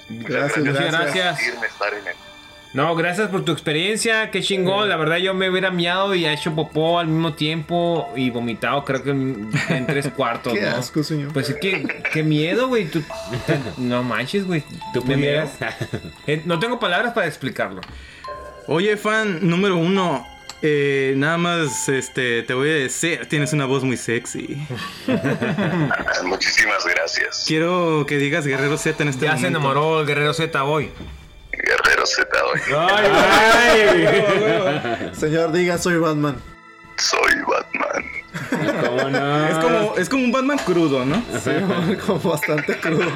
Speaker 6: Gracias,
Speaker 7: gracias.
Speaker 15: por permitirme estar en el-
Speaker 7: No, gracias por tu experiencia, qué chingón. La verdad, yo me hubiera miado y hecho popó al mismo tiempo y vomitado, creo que en en tres cuartos,
Speaker 6: Qué
Speaker 7: ¿no?
Speaker 6: asco, señor.
Speaker 7: Pues es que, qué miedo, güey. tú- te- no manches, güey.
Speaker 4: Tú
Speaker 7: Me meo.
Speaker 4: pudieras.
Speaker 7: Eh, No tengo palabras para explicarlo.
Speaker 2: Oye, fan número uno. eh, nada más este, te voy a decir, tienes una voz muy sexy.
Speaker 15: Muchísimas gracias.
Speaker 2: Quiero que digas Guerrero Z en este
Speaker 7: Ya
Speaker 2: momento.
Speaker 7: se enamoró el Guerrero Z hoy.
Speaker 15: Guerrero Z hoy.
Speaker 6: Señor, diga, soy Batman.
Speaker 15: Soy Batman.
Speaker 2: Es como, es como un Batman crudo, ¿no?
Speaker 6: Sí, como bastante crudo.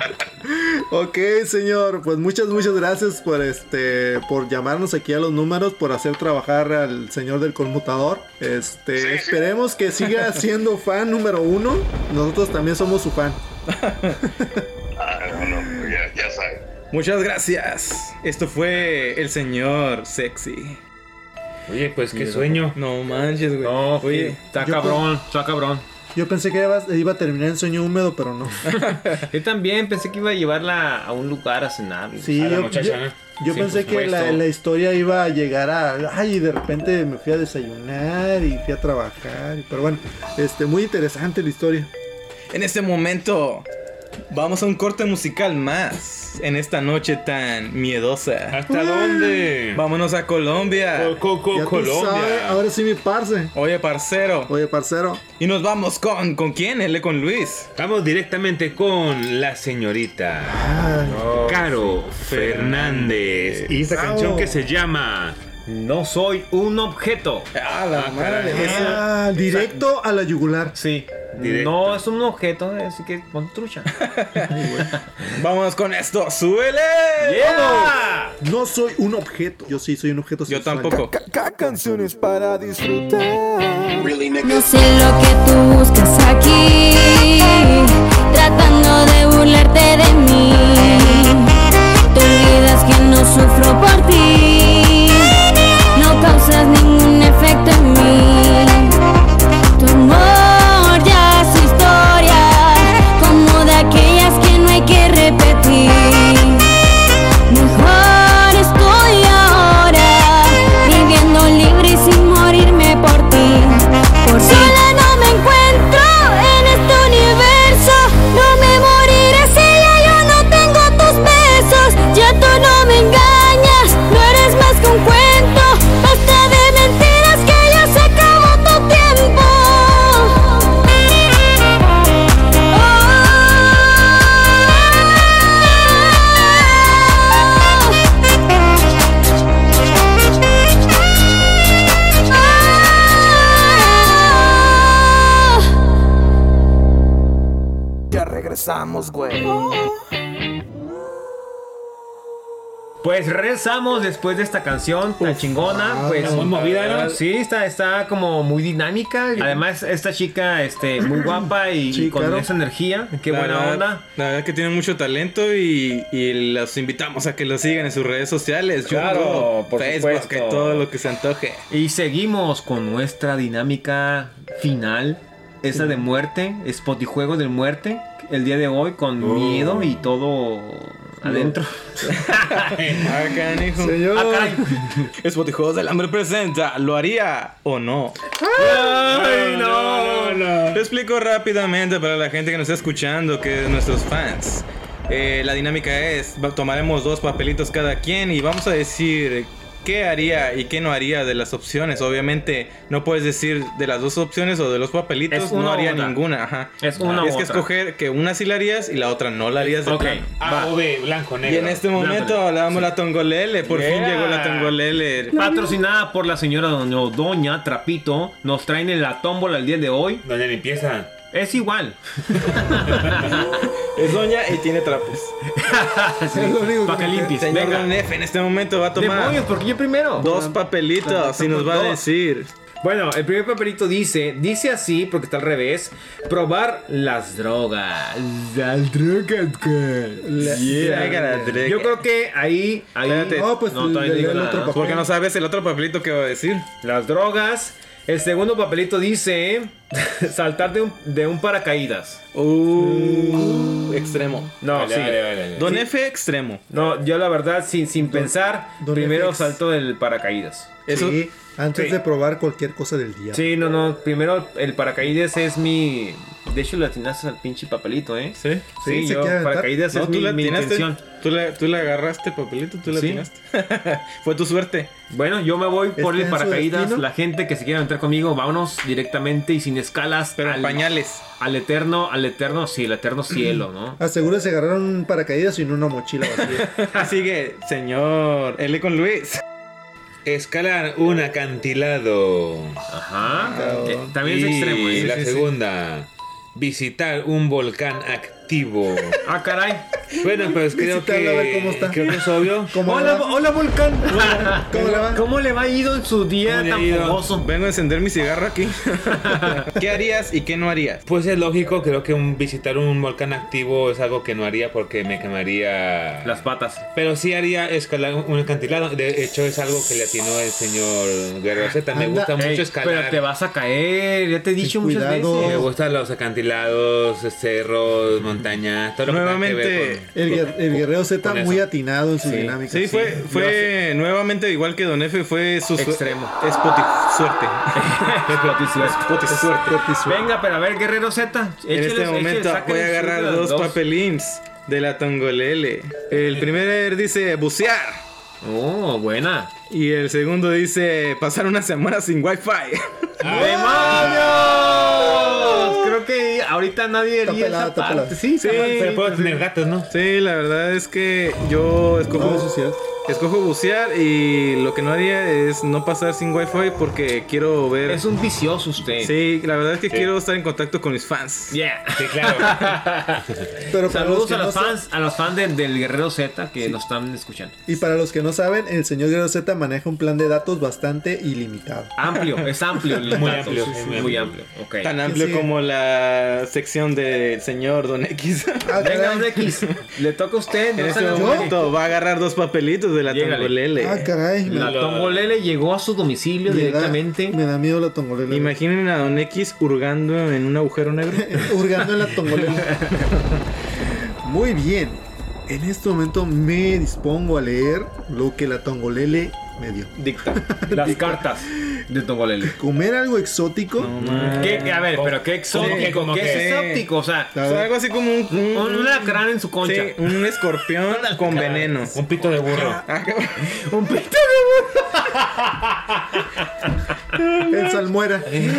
Speaker 6: Ok, señor, pues muchas, muchas gracias por este, por llamarnos aquí a los números, por hacer trabajar al señor del conmutador. Este, esperemos que siga siendo fan número uno. Nosotros también somos su fan.
Speaker 15: Ya, ya saben.
Speaker 2: Muchas gracias. Esto fue el señor sexy.
Speaker 4: Oye, pues qué
Speaker 2: Mira,
Speaker 4: sueño.
Speaker 2: No manches, güey. No, Oye,
Speaker 7: Está
Speaker 6: Yo
Speaker 7: cabrón, está cabrón.
Speaker 6: Yo pensé que iba, iba a terminar en sueño húmedo, pero no.
Speaker 7: Yo también pensé que iba a llevarla a un lugar a cenar.
Speaker 6: Sí,
Speaker 7: a
Speaker 6: yo, yo- yo pensé que la, la historia iba a llegar a. Ay, y de repente me fui a desayunar y fui a trabajar. Pero bueno, este, muy interesante la historia.
Speaker 2: En este momento, vamos a un corte musical más. Pues en esta noche tan miedosa.
Speaker 4: ¿Hasta dónde?
Speaker 2: Vámonos a Colombia.
Speaker 6: Ah. Ya tú sabes, ahora sí mi parce.
Speaker 2: Oye, parcero.
Speaker 6: Oye, parcero.
Speaker 2: Y nos vamos con. ¿Con quién? L con Luis.
Speaker 4: Vamos directamente con la señorita
Speaker 7: Oh,
Speaker 4: Caro Fernández. Y esta
Speaker 7: Bravo.
Speaker 4: canción que se llama
Speaker 7: No soy un objeto.
Speaker 2: Ah, la
Speaker 6: madre. Ah, directo a la yugular.
Speaker 7: Sí.
Speaker 6: Directo.
Speaker 7: No es un objeto, así que pon trucha.
Speaker 2: Vámonos con esto. ¡Súbele!
Speaker 6: No soy un objeto. Yo sí soy un objeto. Yo tampoco.
Speaker 16: canciones para disfrutar.
Speaker 11: No sé lo que tú buscas aquí, tratando de burlarte de mí. Te olvidas que no sufro por ti, no causas ningún efecto en mí. Tu amor ya es historia, como de aquellas que no hay que repetir. Mejor estoy ahora viviendo libre y sin morirme por ti. Por sola no me encuentro en este universo. No me moriré si ya yo no tengo tus besos. Ya tú no me engañas, no eres más que un cuento. Basta de mentiras que ya se acabó tu tiempo. Oh.
Speaker 3: Ya regresamos, güey.
Speaker 7: Eh, Pues rezamos después de esta canción tan chingona,
Speaker 10: madre,
Speaker 7: pues muy
Speaker 10: madre.
Speaker 7: movida, ¿no? Sí, está, está como muy dinámica. Además, esta chica, este, muy guapa y, y con
Speaker 2: claro.
Speaker 7: esa energía. Qué
Speaker 2: La
Speaker 7: buena
Speaker 2: verdad-
Speaker 7: onda.
Speaker 2: La verdad que tienen mucho talento y, y los invitamos a que lo sigan en sus redes sociales.
Speaker 7: Claro,
Speaker 2: YouTube,
Speaker 7: por
Speaker 2: Facebook,
Speaker 7: supuesto.
Speaker 2: y todo lo que se antoje.
Speaker 7: Y seguimos con nuestra dinámica final, esa de muerte, Spotijuego del muerte, el día de hoy con miedo y todo adentro.
Speaker 2: Señor.
Speaker 7: Ah,
Speaker 2: Spotijuegos del Hambre presenta. ¿Lo haría o no?
Speaker 7: ¡Ay, no!
Speaker 2: Te explico rápidamente para la gente que nos está escuchando, que es nuestros fans. Eh, la dinámica es, va- tomaremos dos papelitos cada quien y vamos a decir qué haría y qué no haría de las opciones. Obviamente no puedes decir de las dos opciones o de los papelitos,
Speaker 7: Es una
Speaker 2: no haría
Speaker 7: u otra.
Speaker 2: ninguna. Ajá.
Speaker 7: Es una
Speaker 2: Tienes
Speaker 7: u
Speaker 2: que
Speaker 7: otra.
Speaker 2: escoger que una sí la harías y la otra no la harías de
Speaker 7: Ok,
Speaker 2: plano.
Speaker 4: A o B, blanco, negro.
Speaker 2: Y en este momento hablamos la Tongolele, por fin llegó la Tongolele.
Speaker 7: Patrocinada por la señora Doña, Doña Trapito, nos traen en la tómbola el día de hoy.
Speaker 4: Doña Limpieza.
Speaker 7: Es igual.
Speaker 2: Es doña y tiene trapos.
Speaker 7: Para que limpies.
Speaker 2: Señor
Speaker 7: Venga.
Speaker 2: Don F, en este momento va a tomar.
Speaker 7: Demonios, ¿por qué yo primero?
Speaker 2: Dos papelitos y nos va a decir.
Speaker 7: Bueno, el primer papelito dice, dice así porque está al revés, probar las drogas. Las drogas,
Speaker 2: La- Droga, la droga.
Speaker 7: Yo creo que ahí, ahí
Speaker 2: Espérate. No, pues,
Speaker 7: todavía
Speaker 2: le-
Speaker 7: digo
Speaker 2: el
Speaker 7: nada.
Speaker 2: otro papel. Porque no sabes el otro papelito que va a decir.
Speaker 7: Las drogas. El segundo papelito dice saltar de un, de un paracaídas.
Speaker 2: Uh, extremo.
Speaker 7: No,
Speaker 2: Vale,
Speaker 7: sí.
Speaker 2: vale, vale, vale. Don F extremo.
Speaker 7: No, yo la verdad sin, sin pensar,
Speaker 6: Don
Speaker 7: primero
Speaker 6: FX.
Speaker 7: salto del paracaídas.
Speaker 6: Sí, antes
Speaker 7: Sí.
Speaker 6: de probar cualquier cosa del día.
Speaker 7: Sí, no, no. Primero, el paracaídas es mi. De hecho, le atinaste al pinche papelito, ¿eh?
Speaker 2: Sí,
Speaker 7: sí. yo, paracaídas es
Speaker 2: tú
Speaker 7: mi,
Speaker 2: la
Speaker 7: mi
Speaker 2: atinaste,
Speaker 7: intención.
Speaker 2: Tú le, tú le agarraste papelito, tú le
Speaker 7: Sí.
Speaker 2: atinaste. Fue tu suerte.
Speaker 7: Bueno, yo me voy por
Speaker 2: que
Speaker 7: el
Speaker 2: en su
Speaker 7: paracaídas.
Speaker 2: destino-
Speaker 7: La gente que se quiera entrar conmigo, vámonos directamente y sin escalas. Pero al,
Speaker 2: pañales.
Speaker 7: Al eterno, al eterno, sí, el eterno cielo, ¿no?
Speaker 6: Asegúrese de agarrar un paracaídas y no una mochila vacía.
Speaker 2: Así que, señor, L con Luis.
Speaker 4: Escalar un acantilado.
Speaker 7: Ajá. Eh, también es extremo,
Speaker 4: Y
Speaker 7: ¿eh?
Speaker 4: la
Speaker 7: Sí, sí, sí.
Speaker 4: segunda. Visitar un volcán activo.
Speaker 7: Ah, caray.
Speaker 4: Bueno, pues creo
Speaker 7: Visitarlo, a ver
Speaker 4: que,
Speaker 7: cómo está.
Speaker 4: creo que es obvio.
Speaker 7: Hola, hola, volcán.
Speaker 6: ¿Cómo le va?
Speaker 7: ¿Cómo le va ido en su día
Speaker 4: ¿Cómo le ha
Speaker 7: tan
Speaker 4: ido?
Speaker 7: fogoso?
Speaker 2: Vengo a encender mi cigarro aquí. ¿Qué harías y qué no harías?
Speaker 4: Pues es lógico, creo que un- visitar un volcán activo es algo que no haría porque me quemaría
Speaker 7: las patas.
Speaker 4: Pero sí haría escalar un acantilado. De hecho, es algo que le atinó el señor Guerrero Z. Me
Speaker 7: Anda.
Speaker 4: gusta mucho
Speaker 7: Ey,
Speaker 4: escalar.
Speaker 7: Pero te vas a caer, ya te he dicho muchas veces.
Speaker 4: Me gustan los acantilados, cerros, montañas, todo lo que tenga que ver
Speaker 2: Nuevamente,
Speaker 4: con-
Speaker 6: El, guer- el guerrero Z
Speaker 4: con eso.
Speaker 6: muy atinado en su dinámica.
Speaker 2: Sí, fue, fue nuevamente igual que Don F, fue su suer-
Speaker 7: Extremo.
Speaker 2: Es poti suerte. Poti suerte.
Speaker 7: Venga, pero a ver, Guerrero Z.
Speaker 2: este En este momento voy a agarrar dos papelins. De la Tongolele. El primer dice bucear.
Speaker 7: Oh, buena.
Speaker 2: Y el segundo dice pasar una semana sin wifi.
Speaker 7: ¡Demonios! Creo que ahorita nadie
Speaker 2: Está
Speaker 7: haría
Speaker 2: pelada,
Speaker 7: esa
Speaker 2: está
Speaker 7: parte.
Speaker 2: pelada.
Speaker 7: Sí,
Speaker 2: Sí,
Speaker 7: pero puedo
Speaker 2: sí.
Speaker 7: tener gatos, ¿no?
Speaker 2: Sí, la verdad es que yo escojo, escojo bucear y lo que no haría es no pasar sin wifi porque quiero ver...
Speaker 7: Es un vicioso usted.
Speaker 2: Sí, la verdad es que
Speaker 7: Sí.
Speaker 2: quiero estar en contacto con mis fans.
Speaker 7: Yeah.
Speaker 4: Sí, claro.
Speaker 6: Pero para los
Speaker 7: Saludos
Speaker 6: que
Speaker 7: a los
Speaker 6: no
Speaker 7: fans, a los fans de- del Guerrero Z que nos están escuchando.
Speaker 6: Y para los que no saben, el señor Guerrero Z maneja un plan de datos bastante ilimitado.
Speaker 7: Amplio, es amplio. el
Speaker 6: Muy
Speaker 7: dato,
Speaker 6: amplio,
Speaker 7: sí,
Speaker 6: sí,
Speaker 7: muy,
Speaker 6: muy
Speaker 7: amplio. ok.
Speaker 2: Tan amplio como la sección del señor Don X.
Speaker 7: Venga, hombre, X, le toca a usted.
Speaker 2: En
Speaker 7: No se
Speaker 2: este
Speaker 7: la
Speaker 2: momento va a agarrar dos papelitos de la
Speaker 7: Llégale.
Speaker 2: tongolele.
Speaker 7: Ah,
Speaker 6: caray.
Speaker 7: La Tongolele llegó a su domicilio
Speaker 2: Me da-
Speaker 7: directamente.
Speaker 6: me da miedo la tongolele.
Speaker 2: Imaginen a Don X hurgando en un agujero negro.
Speaker 6: Hurgando en la tongolele. Muy bien. En este momento me dispongo a leer lo que la tongolele me dio.
Speaker 7: Dicta. Las cartas de Tongolele.
Speaker 6: Comer algo exótico.
Speaker 7: ¿Qué? A ver, pero qué exótico,
Speaker 2: como
Speaker 7: qué
Speaker 2: que-
Speaker 7: exótico, o sea,
Speaker 2: O sea, algo así como un, un,
Speaker 7: Un- un alacrán en su concha.
Speaker 2: Sí, un escorpión con veneno.
Speaker 4: Un pito de burro.
Speaker 2: un pito
Speaker 6: En salmuera.
Speaker 7: en su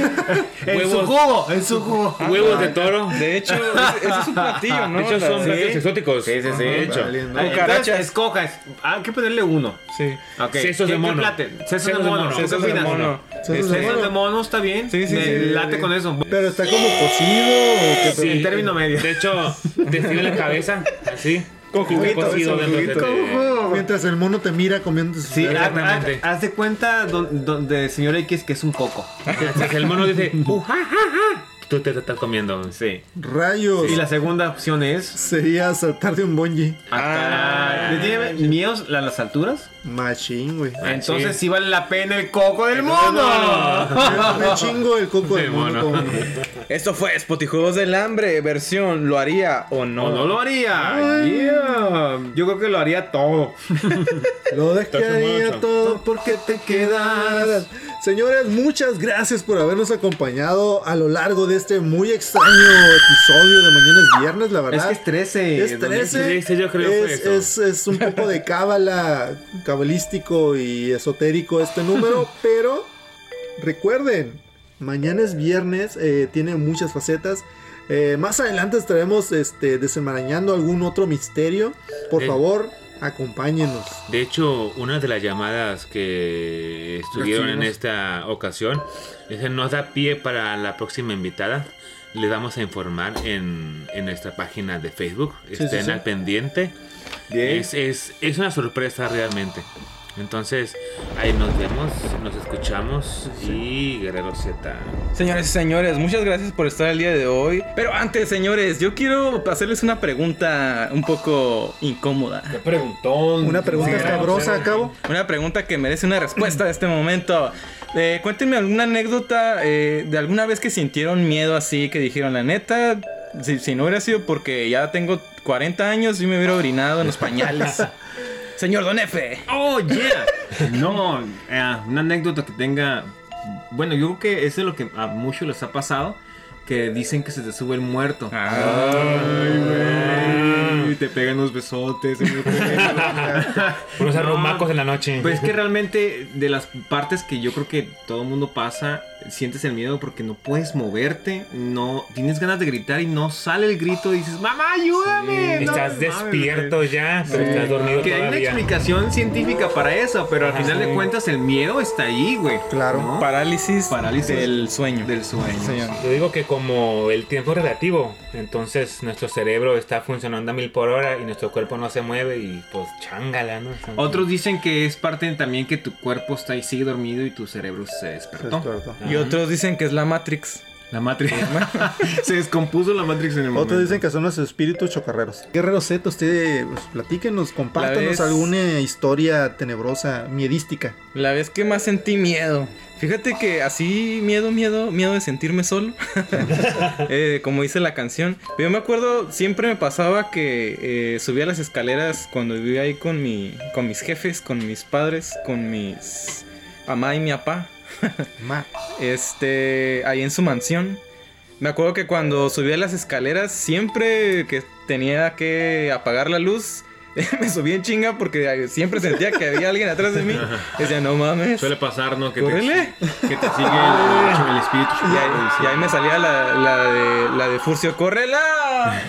Speaker 4: Huevos.
Speaker 7: jugo, en su jugo.
Speaker 4: Huevos de toro.
Speaker 2: De hecho, ese es un platillo, ¿no?
Speaker 4: Ah, De hecho, son
Speaker 2: Sí.
Speaker 4: platillos exóticos.
Speaker 7: Sí, sí, sí.
Speaker 4: De hecho.
Speaker 7: Ah, entonces, escojas. Ah, Hay que ponerle uno.
Speaker 2: Sí.
Speaker 7: Ok.
Speaker 4: Sesos de
Speaker 7: ¿Qué- qué
Speaker 4: mono.
Speaker 7: plate? Sesos de
Speaker 4: Sesos de
Speaker 7: mono.
Speaker 4: mono.
Speaker 7: ¿Qué
Speaker 4: Sesos de
Speaker 7: opinas?
Speaker 4: mono.
Speaker 7: Sesos de mono. está bien.
Speaker 4: Sí, sí,
Speaker 7: Me
Speaker 4: sí.
Speaker 7: late con eso.
Speaker 6: Pero está como cocido.
Speaker 7: Sí, en término medio.
Speaker 4: De hecho, te estira la cabeza, así.
Speaker 6: Con juguito,
Speaker 4: Cocido
Speaker 6: con
Speaker 4: dentro de-
Speaker 6: juguito. Con jugo. Mientras el mono te mira comiendo sus
Speaker 7: Sí, haz- haz Ah, haz de cuenta don- donde el señor X que es un coco.
Speaker 4: El mono dice, Tú te estás comiendo.
Speaker 7: Sí.
Speaker 6: Rayos.
Speaker 7: Y la segunda opción es.
Speaker 6: Sería saltar de un bungee.
Speaker 7: Ah, ¿Le tiene miedo a las alturas?
Speaker 6: Machín, güey.
Speaker 7: Entonces sí vale la pena el coco del mundo.
Speaker 6: Me chingo el coco del mono. como-
Speaker 2: Esto fue Spotijuegos del Hambre, versión ¿lo haría o no?
Speaker 7: O no lo haría.
Speaker 6: Ay.
Speaker 7: Yeah. Yo creo que lo haría todo.
Speaker 6: Lo
Speaker 7: Entonces,
Speaker 6: dejaría
Speaker 7: mucho.
Speaker 6: todo porque te quedas. Señores, muchas gracias por habernos acompañado a lo largo de este muy extraño episodio de Mañana es Viernes, la verdad.
Speaker 7: Es que es 13.
Speaker 6: Es 13.
Speaker 7: Sí, sí, yo creo que fue
Speaker 6: es,
Speaker 7: eso.
Speaker 6: es- es un poco de cábala, cabalístico y esotérico este número, pero recuerden, mañana es viernes, eh, tiene muchas facetas. Eh, más adelante estaremos este, desenmarañando algún otro misterio. Por
Speaker 4: Eh.
Speaker 6: favor, acompáñenos.
Speaker 4: De hecho, una de las llamadas que estuvieron en
Speaker 6: Recibimos.
Speaker 4: esta ocasión es que nos da pie para la próxima invitada. Les vamos a informar en, en nuestra página de Facebook.
Speaker 7: Sí, sí,
Speaker 4: Estén
Speaker 7: sí.
Speaker 4: al pendiente.
Speaker 7: Bien.
Speaker 4: Es, es- es una sorpresa realmente. Entonces, ahí nos vemos, nos escuchamos y Guerrero Z.
Speaker 2: Señores y señores, muchas gracias por estar el día de hoy. Pero antes, señores, yo quiero hacerles una pregunta un poco incómoda. ¿Qué
Speaker 7: preguntón?
Speaker 6: Una pregunta escabrosa, cabo.
Speaker 2: Una pregunta que merece una respuesta de este momento. Eh, cuéntenme alguna anécdota eh, de alguna vez que sintieron miedo así, que dijeron, la neta, si, si no hubiera sido porque ya tengo 40 años, yo me hubiera orinado en los pañales. Señor Don Efe.
Speaker 7: Oh, yeah. No, eh, una anécdota que tenga. Bueno, yo creo que eso es lo que a muchos les ha pasado. Que dicen que se te sube el muerto. Ay, güey. Te pegan unos besotes. en el pecho.
Speaker 4: Unos
Speaker 7: No.
Speaker 4: arrumacos en la noche.
Speaker 7: Pues es que realmente de las partes que yo creo que todo el mundo pasa, sientes el miedo porque no puedes moverte, no tienes ganas de gritar y no sale el grito y dices, mamá, ayúdame. No
Speaker 4: Estás
Speaker 7: mames,
Speaker 4: despierto ya, pero
Speaker 7: Sí.
Speaker 4: estás dormido
Speaker 7: Que hay una
Speaker 4: todavía.
Speaker 7: explicación científica para eso, pero al
Speaker 4: Ajá,
Speaker 7: final
Speaker 4: sí.
Speaker 7: de cuentas el miedo está ahí, güey.
Speaker 6: Claro.
Speaker 2: Parálisis,
Speaker 7: del
Speaker 2: sueño.
Speaker 7: Del sueño.
Speaker 4: Yo digo que como el tiempo es relativo, entonces nuestro cerebro está funcionando a mil por hora y nuestro cuerpo no se mueve y pues chángala, ¿no?
Speaker 7: Otros dicen que es parte también que tu cuerpo está ahí, sigue dormido y tu cerebro se despertó.
Speaker 2: Y otros dicen que es la Matrix. Pues,
Speaker 7: La Matrix. se descompuso la Matrix en el
Speaker 6: Otros
Speaker 7: momento.
Speaker 6: dicen que son los espíritus chocarreros. Guerrero Z, usted pues, platíquenos, compártanos
Speaker 2: vez-
Speaker 6: alguna historia tenebrosa, miedística.
Speaker 2: La vez que más sentí miedo. Fíjate que así miedo, miedo, miedo de sentirme solo. Eh, como dice la canción. Yo me acuerdo, siempre me pasaba que eh, subía las escaleras cuando vivía ahí con, mi, con mis jefes, con mis padres, con mis mamá y mi papá.
Speaker 6: Ma.
Speaker 2: Este, ahí en su mansión. Me acuerdo que cuando subía las escaleras, siempre que tenía que apagar la luz. me subí en chinga porque siempre sentía que había alguien atrás de mí. Decía, no mames.
Speaker 7: Suele pasar, ¿no? Que
Speaker 2: Córrele.
Speaker 7: te, que te sigue el, el espíritu.
Speaker 2: Y ahí, y ahí me salía la, la de, la de Furcio,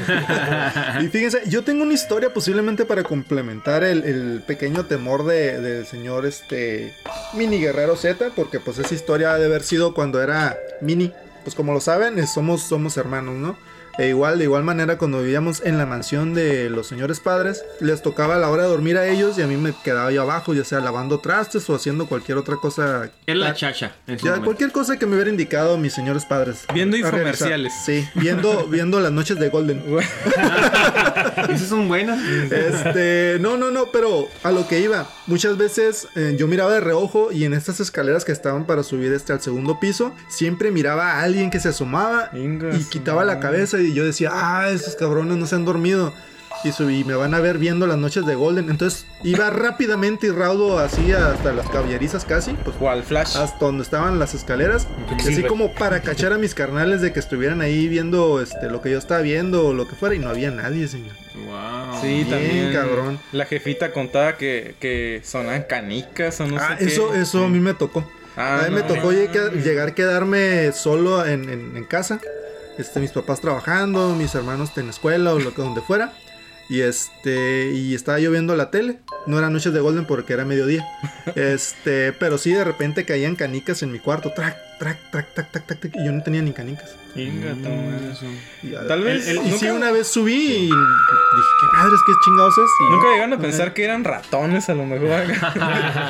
Speaker 2: ¡córrela!
Speaker 6: y fíjense, yo tengo una historia posiblemente para complementar el, el pequeño temor de, del señor este Mini Guerrero Z, porque pues esa historia ha de haber sido cuando era Mini. Pues como lo saben, eh, somos, somos hermanos, ¿no? E igual, de igual manera, cuando vivíamos en la mansión de los señores padres, les tocaba la hora de dormir a ellos y a mí me quedaba yo abajo, ya sea lavando trastes o haciendo cualquier otra cosa.
Speaker 7: Es la chacha. en su
Speaker 6: Ya,
Speaker 7: momento.
Speaker 6: cualquier cosa que me hubiera indicado mis señores padres.
Speaker 2: Viendo
Speaker 6: A realizar.
Speaker 2: infomerciales.
Speaker 6: Sí, viendo, viendo las noches de Golden.
Speaker 7: Esas son buenas.
Speaker 6: Este, no, no, no, pero a lo que iba, muchas veces eh, yo miraba de reojo y en estas escaleras que estaban para subir este al segundo piso, siempre miraba a alguien que se asomaba y quitaba la cabeza y yo decía, ah, esos cabrones no se han dormido. Y subí, me van a ver viendo las noches de Golden. Entonces iba rápidamente y raudo así hasta las caballerizas casi. Pues,
Speaker 2: ¿Cuál flash?
Speaker 6: Hasta donde estaban las escaleras.
Speaker 2: ¿Qué
Speaker 6: Y así
Speaker 2: sirve?
Speaker 6: como para cachar a mis carnales de que estuvieran ahí viendo este, lo que yo estaba viendo o lo que fuera. Y no había nadie, señor.
Speaker 7: Wow.
Speaker 2: Sí,
Speaker 6: Bien,
Speaker 2: también.
Speaker 6: cabrón.
Speaker 2: La jefita contaba que, que sonaban canicas o no
Speaker 6: Ah,
Speaker 2: sé qué.
Speaker 6: eso, eso a mí me tocó.
Speaker 2: Ah,
Speaker 6: a mí me
Speaker 2: no.
Speaker 6: tocó llegar, llegar a quedarme solo en, en- en casa. Este, mis papás trabajando, mis hermanos en la escuela o lo que donde fuera. Y este. Y estaba yo viendo la tele. No eran noches de Golden porque era mediodía. Este, pero sí de repente caían canicas en mi cuarto. Trac, trac, trac, trac, trac, trac, trac, Y yo no tenía ni canicas.
Speaker 2: Chinga tu madre.
Speaker 6: Y, a-
Speaker 2: Tal vez
Speaker 6: el- el- y
Speaker 2: nunca-
Speaker 6: sí, una vez subí y dije, qué padres, qué chingados es. Y-
Speaker 2: Nunca llegaron a
Speaker 6: Ajá.
Speaker 2: pensar que eran ratones, a lo mejor.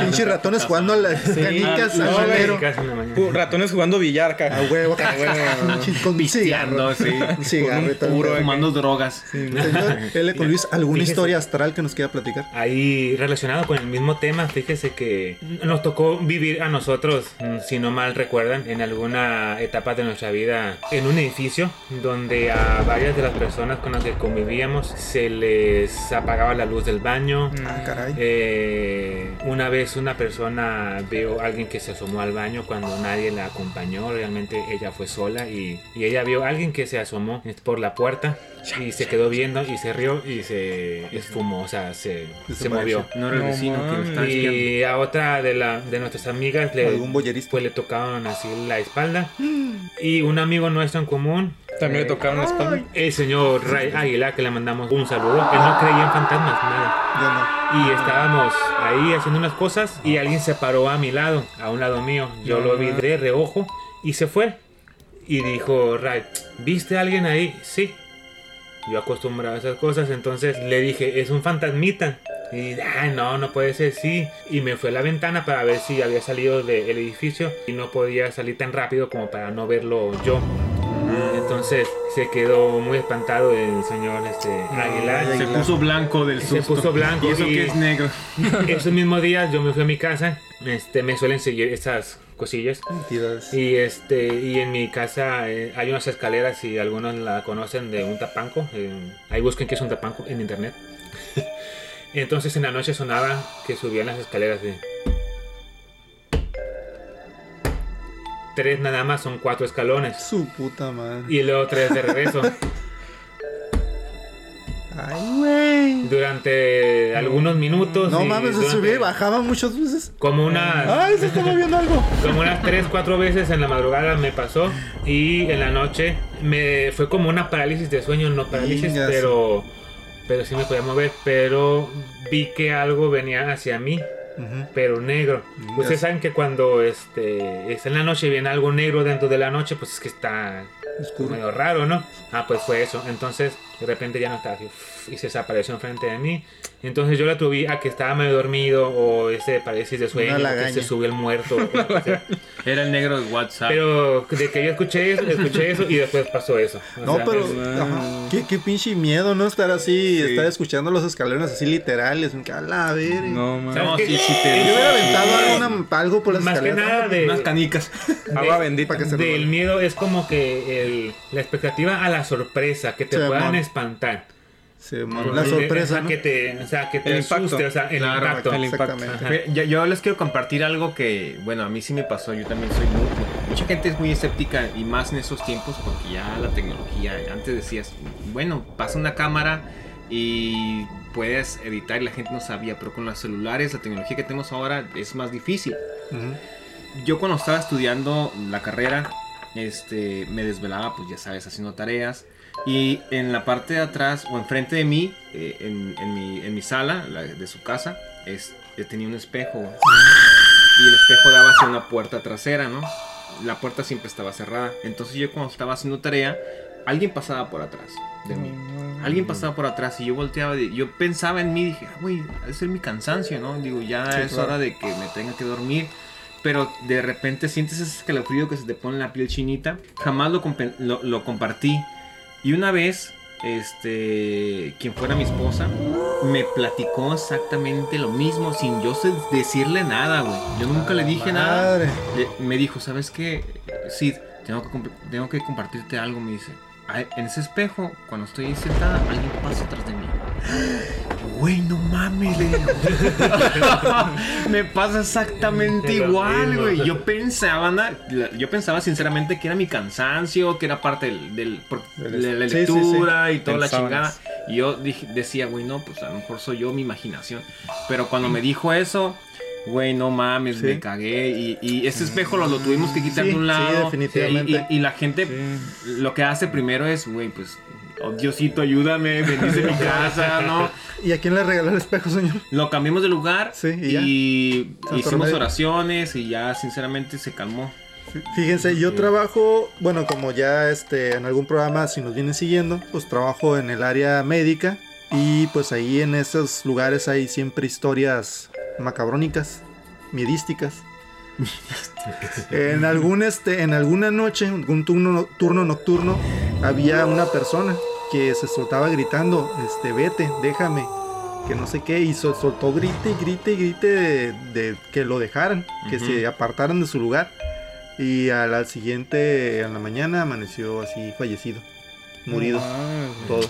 Speaker 6: Pinche ratones jugando a las
Speaker 2: Sí.
Speaker 6: canicas
Speaker 2: No,
Speaker 6: al
Speaker 2: güey.
Speaker 6: madero.
Speaker 2: Ju- Ratones jugando billar, caca.
Speaker 6: A huevo,
Speaker 2: A huevo.
Speaker 6: con
Speaker 7: Pisteando,
Speaker 6: cigarro.
Speaker 7: sí.
Speaker 6: Un cigarro y todo.
Speaker 7: Puro fumando drogas.
Speaker 6: Señor L. con Luis, ¿alguna
Speaker 4: Fíjese.
Speaker 6: historia astral que nos quiera platicar?
Speaker 4: Ahí relacionado con el mismo tema, fíjese que nos tocó vivir a nosotros, mm, si no mal recuerdan, en alguna etapa de nuestra vida, en un edificio donde a varias de las personas con las que convivíamos se les apagaba la luz del baño.
Speaker 6: Ah, caray.
Speaker 4: Eh, una vez una persona vio a alguien que se asomó al baño cuando nadie la acompañó, realmente ella fue sola y, y ella vio a alguien que se asomó por la puerta y se quedó viendo y se rió y se esfumó, o sea, se, se movió.
Speaker 7: No era el vecino quien lo estaba espiando.
Speaker 4: Y a otra de, la, de nuestras amigas le,
Speaker 6: Algún
Speaker 4: pues le tocaban así la espalda.
Speaker 7: Mm-hmm.
Speaker 4: Y un amigo nuestro en común.
Speaker 2: También le tocaron la espalda.
Speaker 4: El señor Ray Águila, que le mandamos un saludo. Él no creía en fantasmas, nada. Y estábamos ahí haciendo unas cosas y alguien se paró a mi lado, a un lado mío. Yo lo vi de reojo y se fue. Y dijo, Ray, ¿viste a alguien ahí? Sí. Yo acostumbrado a esas cosas, entonces le dije, es un fantasmita. Y, ah, no, no puede ser, sí. Y me fui a la ventana para ver si había salido del edificio y no podía salir tan rápido como para no verlo yo.
Speaker 7: Ah.
Speaker 4: Entonces se quedó muy espantado el señor este, Aguilar.
Speaker 7: Ah, Se puso blanco del
Speaker 4: Se
Speaker 7: susto.
Speaker 4: puso blanco
Speaker 7: Y eso
Speaker 4: y-
Speaker 7: que es negro.
Speaker 4: Esos mismos días yo me fui a mi casa, este, me suelen seguir estas cosillas. Y este, y en mi casa eh, hay unas escaleras y algunos la conocen de un tapanco. eh, ahí busquen qué es un tapanco en internet. Entonces en la noche sonaba que subían las escaleras de. Tres nada más son cuatro escalones.
Speaker 6: Su puta madre.
Speaker 4: Y luego tres de regreso.
Speaker 6: Ay, güey.
Speaker 4: Durante algunos minutos.
Speaker 6: No
Speaker 4: y
Speaker 6: mames, se
Speaker 4: durante-
Speaker 6: subía y bajaba muchas veces.
Speaker 4: Como unas.
Speaker 6: Ay, se está moviendo algo.
Speaker 4: Como unas 3, 4 veces en la madrugada me pasó y en la noche me fue como una parálisis de sueño, no parálisis,
Speaker 6: Ingas.
Speaker 4: pero pero sí me podía mover, pero vi que algo venía hacia mí,
Speaker 6: Ujú.
Speaker 4: pero negro.
Speaker 6: Ingas.
Speaker 4: Ustedes saben que cuando este está en la noche y viene algo negro dentro de la noche, pues es que está medio raro, ¿no? Ah, pues fue eso. Entonces, de repente ya no estaba así, uf, y se desapareció enfrente de mí. Entonces yo la tuve a que estaba medio dormido o ese parálisis de sueño, que
Speaker 6: lagaña.
Speaker 4: se subió el muerto. o lo que sea.
Speaker 7: Era el negro de WhatsApp.
Speaker 4: Pero de que yo escuché eso, escuché eso y después pasó eso. O
Speaker 6: No,
Speaker 4: sea, pues,
Speaker 6: pero.
Speaker 4: es-
Speaker 6: ajá, Qué, qué pinche miedo, ¿no? Estar así, estar escuchando los escalones así literales. Que a la verga.
Speaker 2: No, man.
Speaker 4: No, sí, sí
Speaker 6: Yo
Speaker 4: te-
Speaker 6: hubiera aventado alguna- algo por las
Speaker 4: Más que
Speaker 6: escaleras. Ah,
Speaker 4: nada de,
Speaker 7: Unas canicas.
Speaker 2: Agua bendita.
Speaker 6: que se
Speaker 4: del
Speaker 6: revuelva.
Speaker 4: miedo es como que el- la expectativa a la sorpresa, que te
Speaker 6: Sí,
Speaker 4: puedan
Speaker 6: amor.
Speaker 4: espantar.
Speaker 6: Sí, mo- la
Speaker 4: De-
Speaker 6: sorpresa,
Speaker 4: ajá,
Speaker 6: ¿no?
Speaker 4: que te, o sea, que te
Speaker 2: El impacto.
Speaker 4: asuste, o sea, el
Speaker 7: Claro,
Speaker 4: impacto.
Speaker 2: el impacto.
Speaker 6: Exactamente.
Speaker 4: Ajá.
Speaker 7: Yo, yo les quiero compartir algo que, bueno, a mí sí me pasó. Yo también soy muy, yo mucha gente es muy escéptica y más en esos tiempos porque ya la tecnología, antes decías, bueno, pasa una cámara y puedes editar y la gente no sabía, pero con los celulares, la tecnología que tenemos ahora es más difícil. Yo cuando estaba estudiando la carrera, este, me desvelaba, pues ya sabes, haciendo tareas. Y en la parte de atrás o enfrente de mí, eh, en, en mi, en mi sala la de su casa, es, yo tenía un espejo. Y el espejo daba hacia una puerta trasera, ¿no? La puerta siempre estaba cerrada. Entonces yo cuando estaba haciendo tarea, alguien pasaba por atrás de mí.
Speaker 10: Mm.
Speaker 7: Alguien pasaba por atrás y yo volteaba, y yo pensaba en mí, dije, "Ah, güey, ese es mi cansancio, ¿no? Digo, ya
Speaker 10: Sí,
Speaker 7: es
Speaker 10: claro.
Speaker 7: hora de que me tenga que dormir. Pero de repente sientes ese escalofrío que se te pone en la piel chinita. Jamás lo, compen- lo- lo compartí. Y una vez, este, quien fuera mi esposa, me platicó exactamente lo mismo sin yo se- decirle nada, güey. Yo nunca le dije nada.
Speaker 6: madre.
Speaker 7: Le- me dijo, ¿sabes qué? Sí, tengo que, comp- tengo que compartirte algo, me dice. "Ay, En ese espejo, cuando estoy sentada, alguien pasa atrás de mí. Güey, no mames, le digo. Me pasa exactamente
Speaker 10: Lo
Speaker 7: igual,
Speaker 10: mismo.
Speaker 7: güey. Yo pensaba, na- la- yo pensaba sinceramente que era mi cansancio, que era parte del, del- por-
Speaker 10: Del-
Speaker 7: de la
Speaker 10: sí, sí, sí.
Speaker 7: lectura y toda la
Speaker 10: Pensabas.
Speaker 7: chingada. Y yo dije- decía, güey, no, pues a lo mejor soy yo mi imaginación. Pero cuando me dijo eso, güey, no mames, me cagué. Y, y ese espejo lo, lo tuvimos que quitar
Speaker 6: Sí,
Speaker 7: de un
Speaker 6: sí,
Speaker 7: lado.
Speaker 6: definitivamente.
Speaker 7: Y, y- y la gente lo que hace primero es, güey, pues, oh, Diosito, ayúdame, bendice mi casa, ¿no?
Speaker 6: Pues, ¿Y a quién le regaló el espejo, señor?
Speaker 7: Lo cambiamos de lugar
Speaker 6: y ya.
Speaker 7: y,
Speaker 6: Santo
Speaker 7: hicimos
Speaker 6: remedio.
Speaker 7: oraciones y ya sinceramente se calmó.
Speaker 6: Fíjense, yo trabajo, bueno, como ya este, en algún programa, si nos vienen siguiendo, pues trabajo en el área médica y pues ahí en esos lugares hay siempre historias macabrónicas, miedísticas. en algún este, en alguna noche, algún turno, turno nocturno, había una persona que se soltaba gritando, este, vete, déjame, que no sé qué, y sol- soltó grite, y grite, y grite de, de que lo dejaran, que
Speaker 7: Ujú.
Speaker 6: se apartaran de su lugar. Y al, al siguiente, en la mañana, amaneció así fallecido, murido, todo.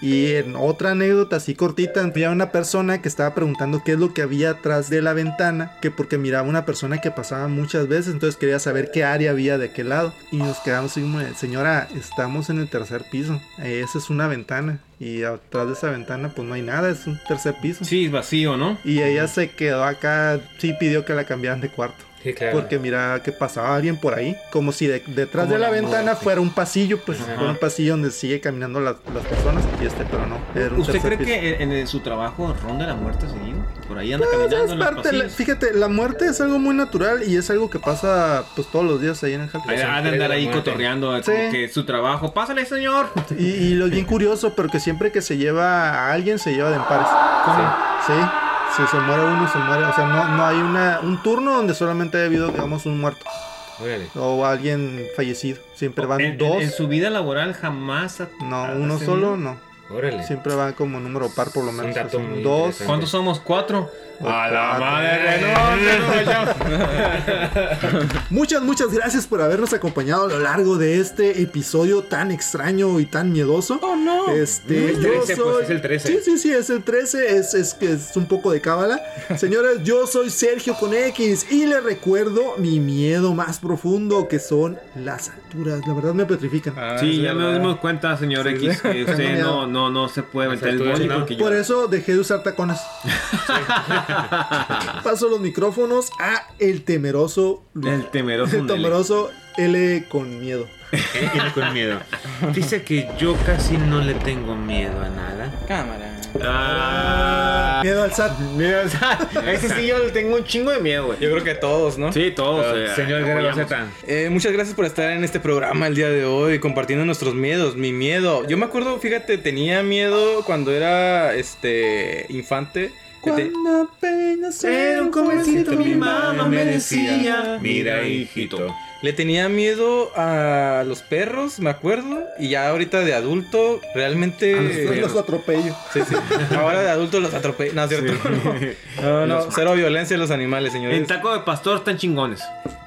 Speaker 6: Y en otra anécdota así cortita, había una persona que estaba preguntando qué es lo que había atrás de la ventana, que porque miraba una persona que pasaba muchas veces, entonces quería saber qué área había de aquel lado. Y nos quedamos así como, de, señora, estamos en el tercer piso, esa es una ventana, y atrás de esa ventana pues no hay nada, es un tercer piso.
Speaker 7: Sí, vacío, ¿no?
Speaker 6: Y ella se quedó acá, sí pidió que la cambiaran de cuarto.
Speaker 7: Sí, claro.
Speaker 6: Porque miraba que pasaba alguien por ahí, como si de- detrás
Speaker 7: Como
Speaker 6: de la,
Speaker 7: la
Speaker 6: ventana
Speaker 7: muerte.
Speaker 6: fuera un pasillo, pues
Speaker 7: Ajá.
Speaker 6: fuera un pasillo donde sigue caminando las, las personas y este, pero no. era un
Speaker 7: ¿Usted
Speaker 6: tercer
Speaker 7: cree
Speaker 6: piso.
Speaker 7: que en, en su trabajo ronda la muerte seguido? Por ahí anda
Speaker 6: Pues,
Speaker 7: caminando
Speaker 6: es
Speaker 7: en los
Speaker 6: parte, la-
Speaker 7: pasillos.
Speaker 6: fíjate, la muerte es algo muy natural y es algo que pasa pues todos los días ahí en el
Speaker 7: Ahí
Speaker 6: jardín.
Speaker 7: Ha de andar ahí cotorreando, eh,
Speaker 6: Sí.
Speaker 7: como que su trabajo. Pásale, señor.
Speaker 6: Y, y lo bien curioso, pero que siempre que se lleva a alguien, se lleva de empares.
Speaker 7: ¿Cómo?
Speaker 6: Sí, si se muere uno, se muere. O sea, no, no hay una, un turno donde solamente ha habido, digamos, un muerto
Speaker 7: Órale.
Speaker 6: o alguien fallecido. Siempre van
Speaker 7: En, en-
Speaker 6: dos.
Speaker 7: en su vida laboral jamás. ha-
Speaker 6: No,
Speaker 7: ha
Speaker 6: uno
Speaker 7: tenido-
Speaker 6: solo no.
Speaker 7: Órale.
Speaker 6: Siempre va como número par por lo menos.
Speaker 7: dato
Speaker 6: o sea, dos.
Speaker 7: muy
Speaker 6: Pues
Speaker 7: interesante. ¿Cuántos somos? ¿Cuatro? A la
Speaker 6: cuatro.
Speaker 7: madre, no, no, no, no.
Speaker 6: Muchas, muchas gracias por habernos acompañado a lo largo de este episodio tan extraño y tan miedoso. Oh, no. Este,
Speaker 4: El
Speaker 6: yo
Speaker 4: 13, pues,
Speaker 6: soy-
Speaker 4: es el 13.
Speaker 6: Sí, sí, sí, es el 13. Es, es que es un poco de cábala. Señores, yo soy Sergio con X y les recuerdo mi miedo más profundo que son las alturas. La verdad me petrifican.
Speaker 7: Sí, ya nos dimos cuenta, señor
Speaker 6: Ah, Sí,
Speaker 7: X, que
Speaker 6: sí.
Speaker 7: usted
Speaker 6: Tengo
Speaker 7: no,
Speaker 6: miedo.
Speaker 7: no, no se puede meter el
Speaker 6: Por-
Speaker 7: boli porque yo.
Speaker 6: Por eso dejé de usar tacones. Paso los micrófonos a el temeroso.
Speaker 7: El temeroso
Speaker 6: El
Speaker 7: Lele.
Speaker 6: temeroso L con miedo.
Speaker 4: Él con miedo. Dice que yo casi no le tengo miedo a nada.
Speaker 2: Cámara.
Speaker 6: Miedo al SAT.
Speaker 7: Miedo al SAT. Ese sí yo le tengo un chingo de miedo, güey.
Speaker 2: Yo creo que todos, ¿no?
Speaker 7: Sí, todos.
Speaker 2: Todos.
Speaker 7: eh,
Speaker 2: Señor Guerrero
Speaker 7: apoyamos.
Speaker 2: Z. Eh, muchas gracias por estar en este programa el día de hoy, compartiendo nuestros miedos, mi miedo. Yo me acuerdo, fíjate, tenía miedo cuando era este infante. Te-
Speaker 6: Cuando apenas
Speaker 16: era un jovencito, mi mamá me decía.
Speaker 2: mira
Speaker 4: hijito.
Speaker 2: Le tenía miedo a los perros, me acuerdo, y ya ahorita de adulto realmente... eh,
Speaker 6: Después
Speaker 7: eh,
Speaker 6: los atropello.
Speaker 2: Sí, sí. Ahora de adulto los atropello. No, es cierto. No, no, no, cero violencia a los animales, señores.
Speaker 7: En taco de pastor están chingones.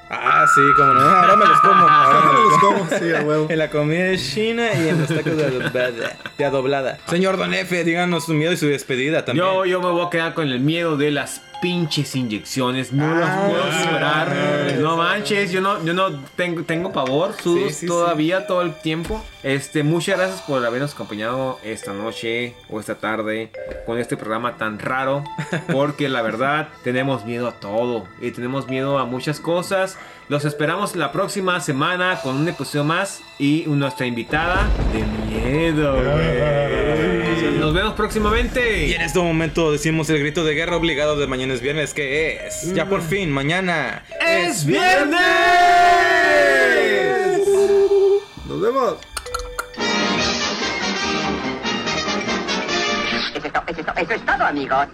Speaker 2: Ah, sí, como no. Ahora me los como. Ahora me los
Speaker 6: como,
Speaker 2: En la comida de China y en los tacos de adoblada. de adoblada. Señor Don F, díganos su miedo y su despedida también.
Speaker 7: Yo, yo me voy a quedar con el miedo de las pinches inyecciones, no las puedo superar. no manches, yo no, yo no tengo, tengo pavor, sudos todavía todo el tiempo. Este, muchas gracias por habernos acompañado esta noche o esta tarde con este programa tan raro. Porque la verdad, tenemos miedo a todo y tenemos miedo a muchas cosas. Los esperamos la próxima semana con un episodio más y nuestra invitada de miedo. güey. Nos vemos próximamente.
Speaker 2: Y en este momento decimos el grito de guerra obligado de mañana es viernes, que es ya por fin, mañana.
Speaker 7: ¡Es viernes!
Speaker 6: Nos vemos.
Speaker 17: Eso es todo, eso es todo, amigos.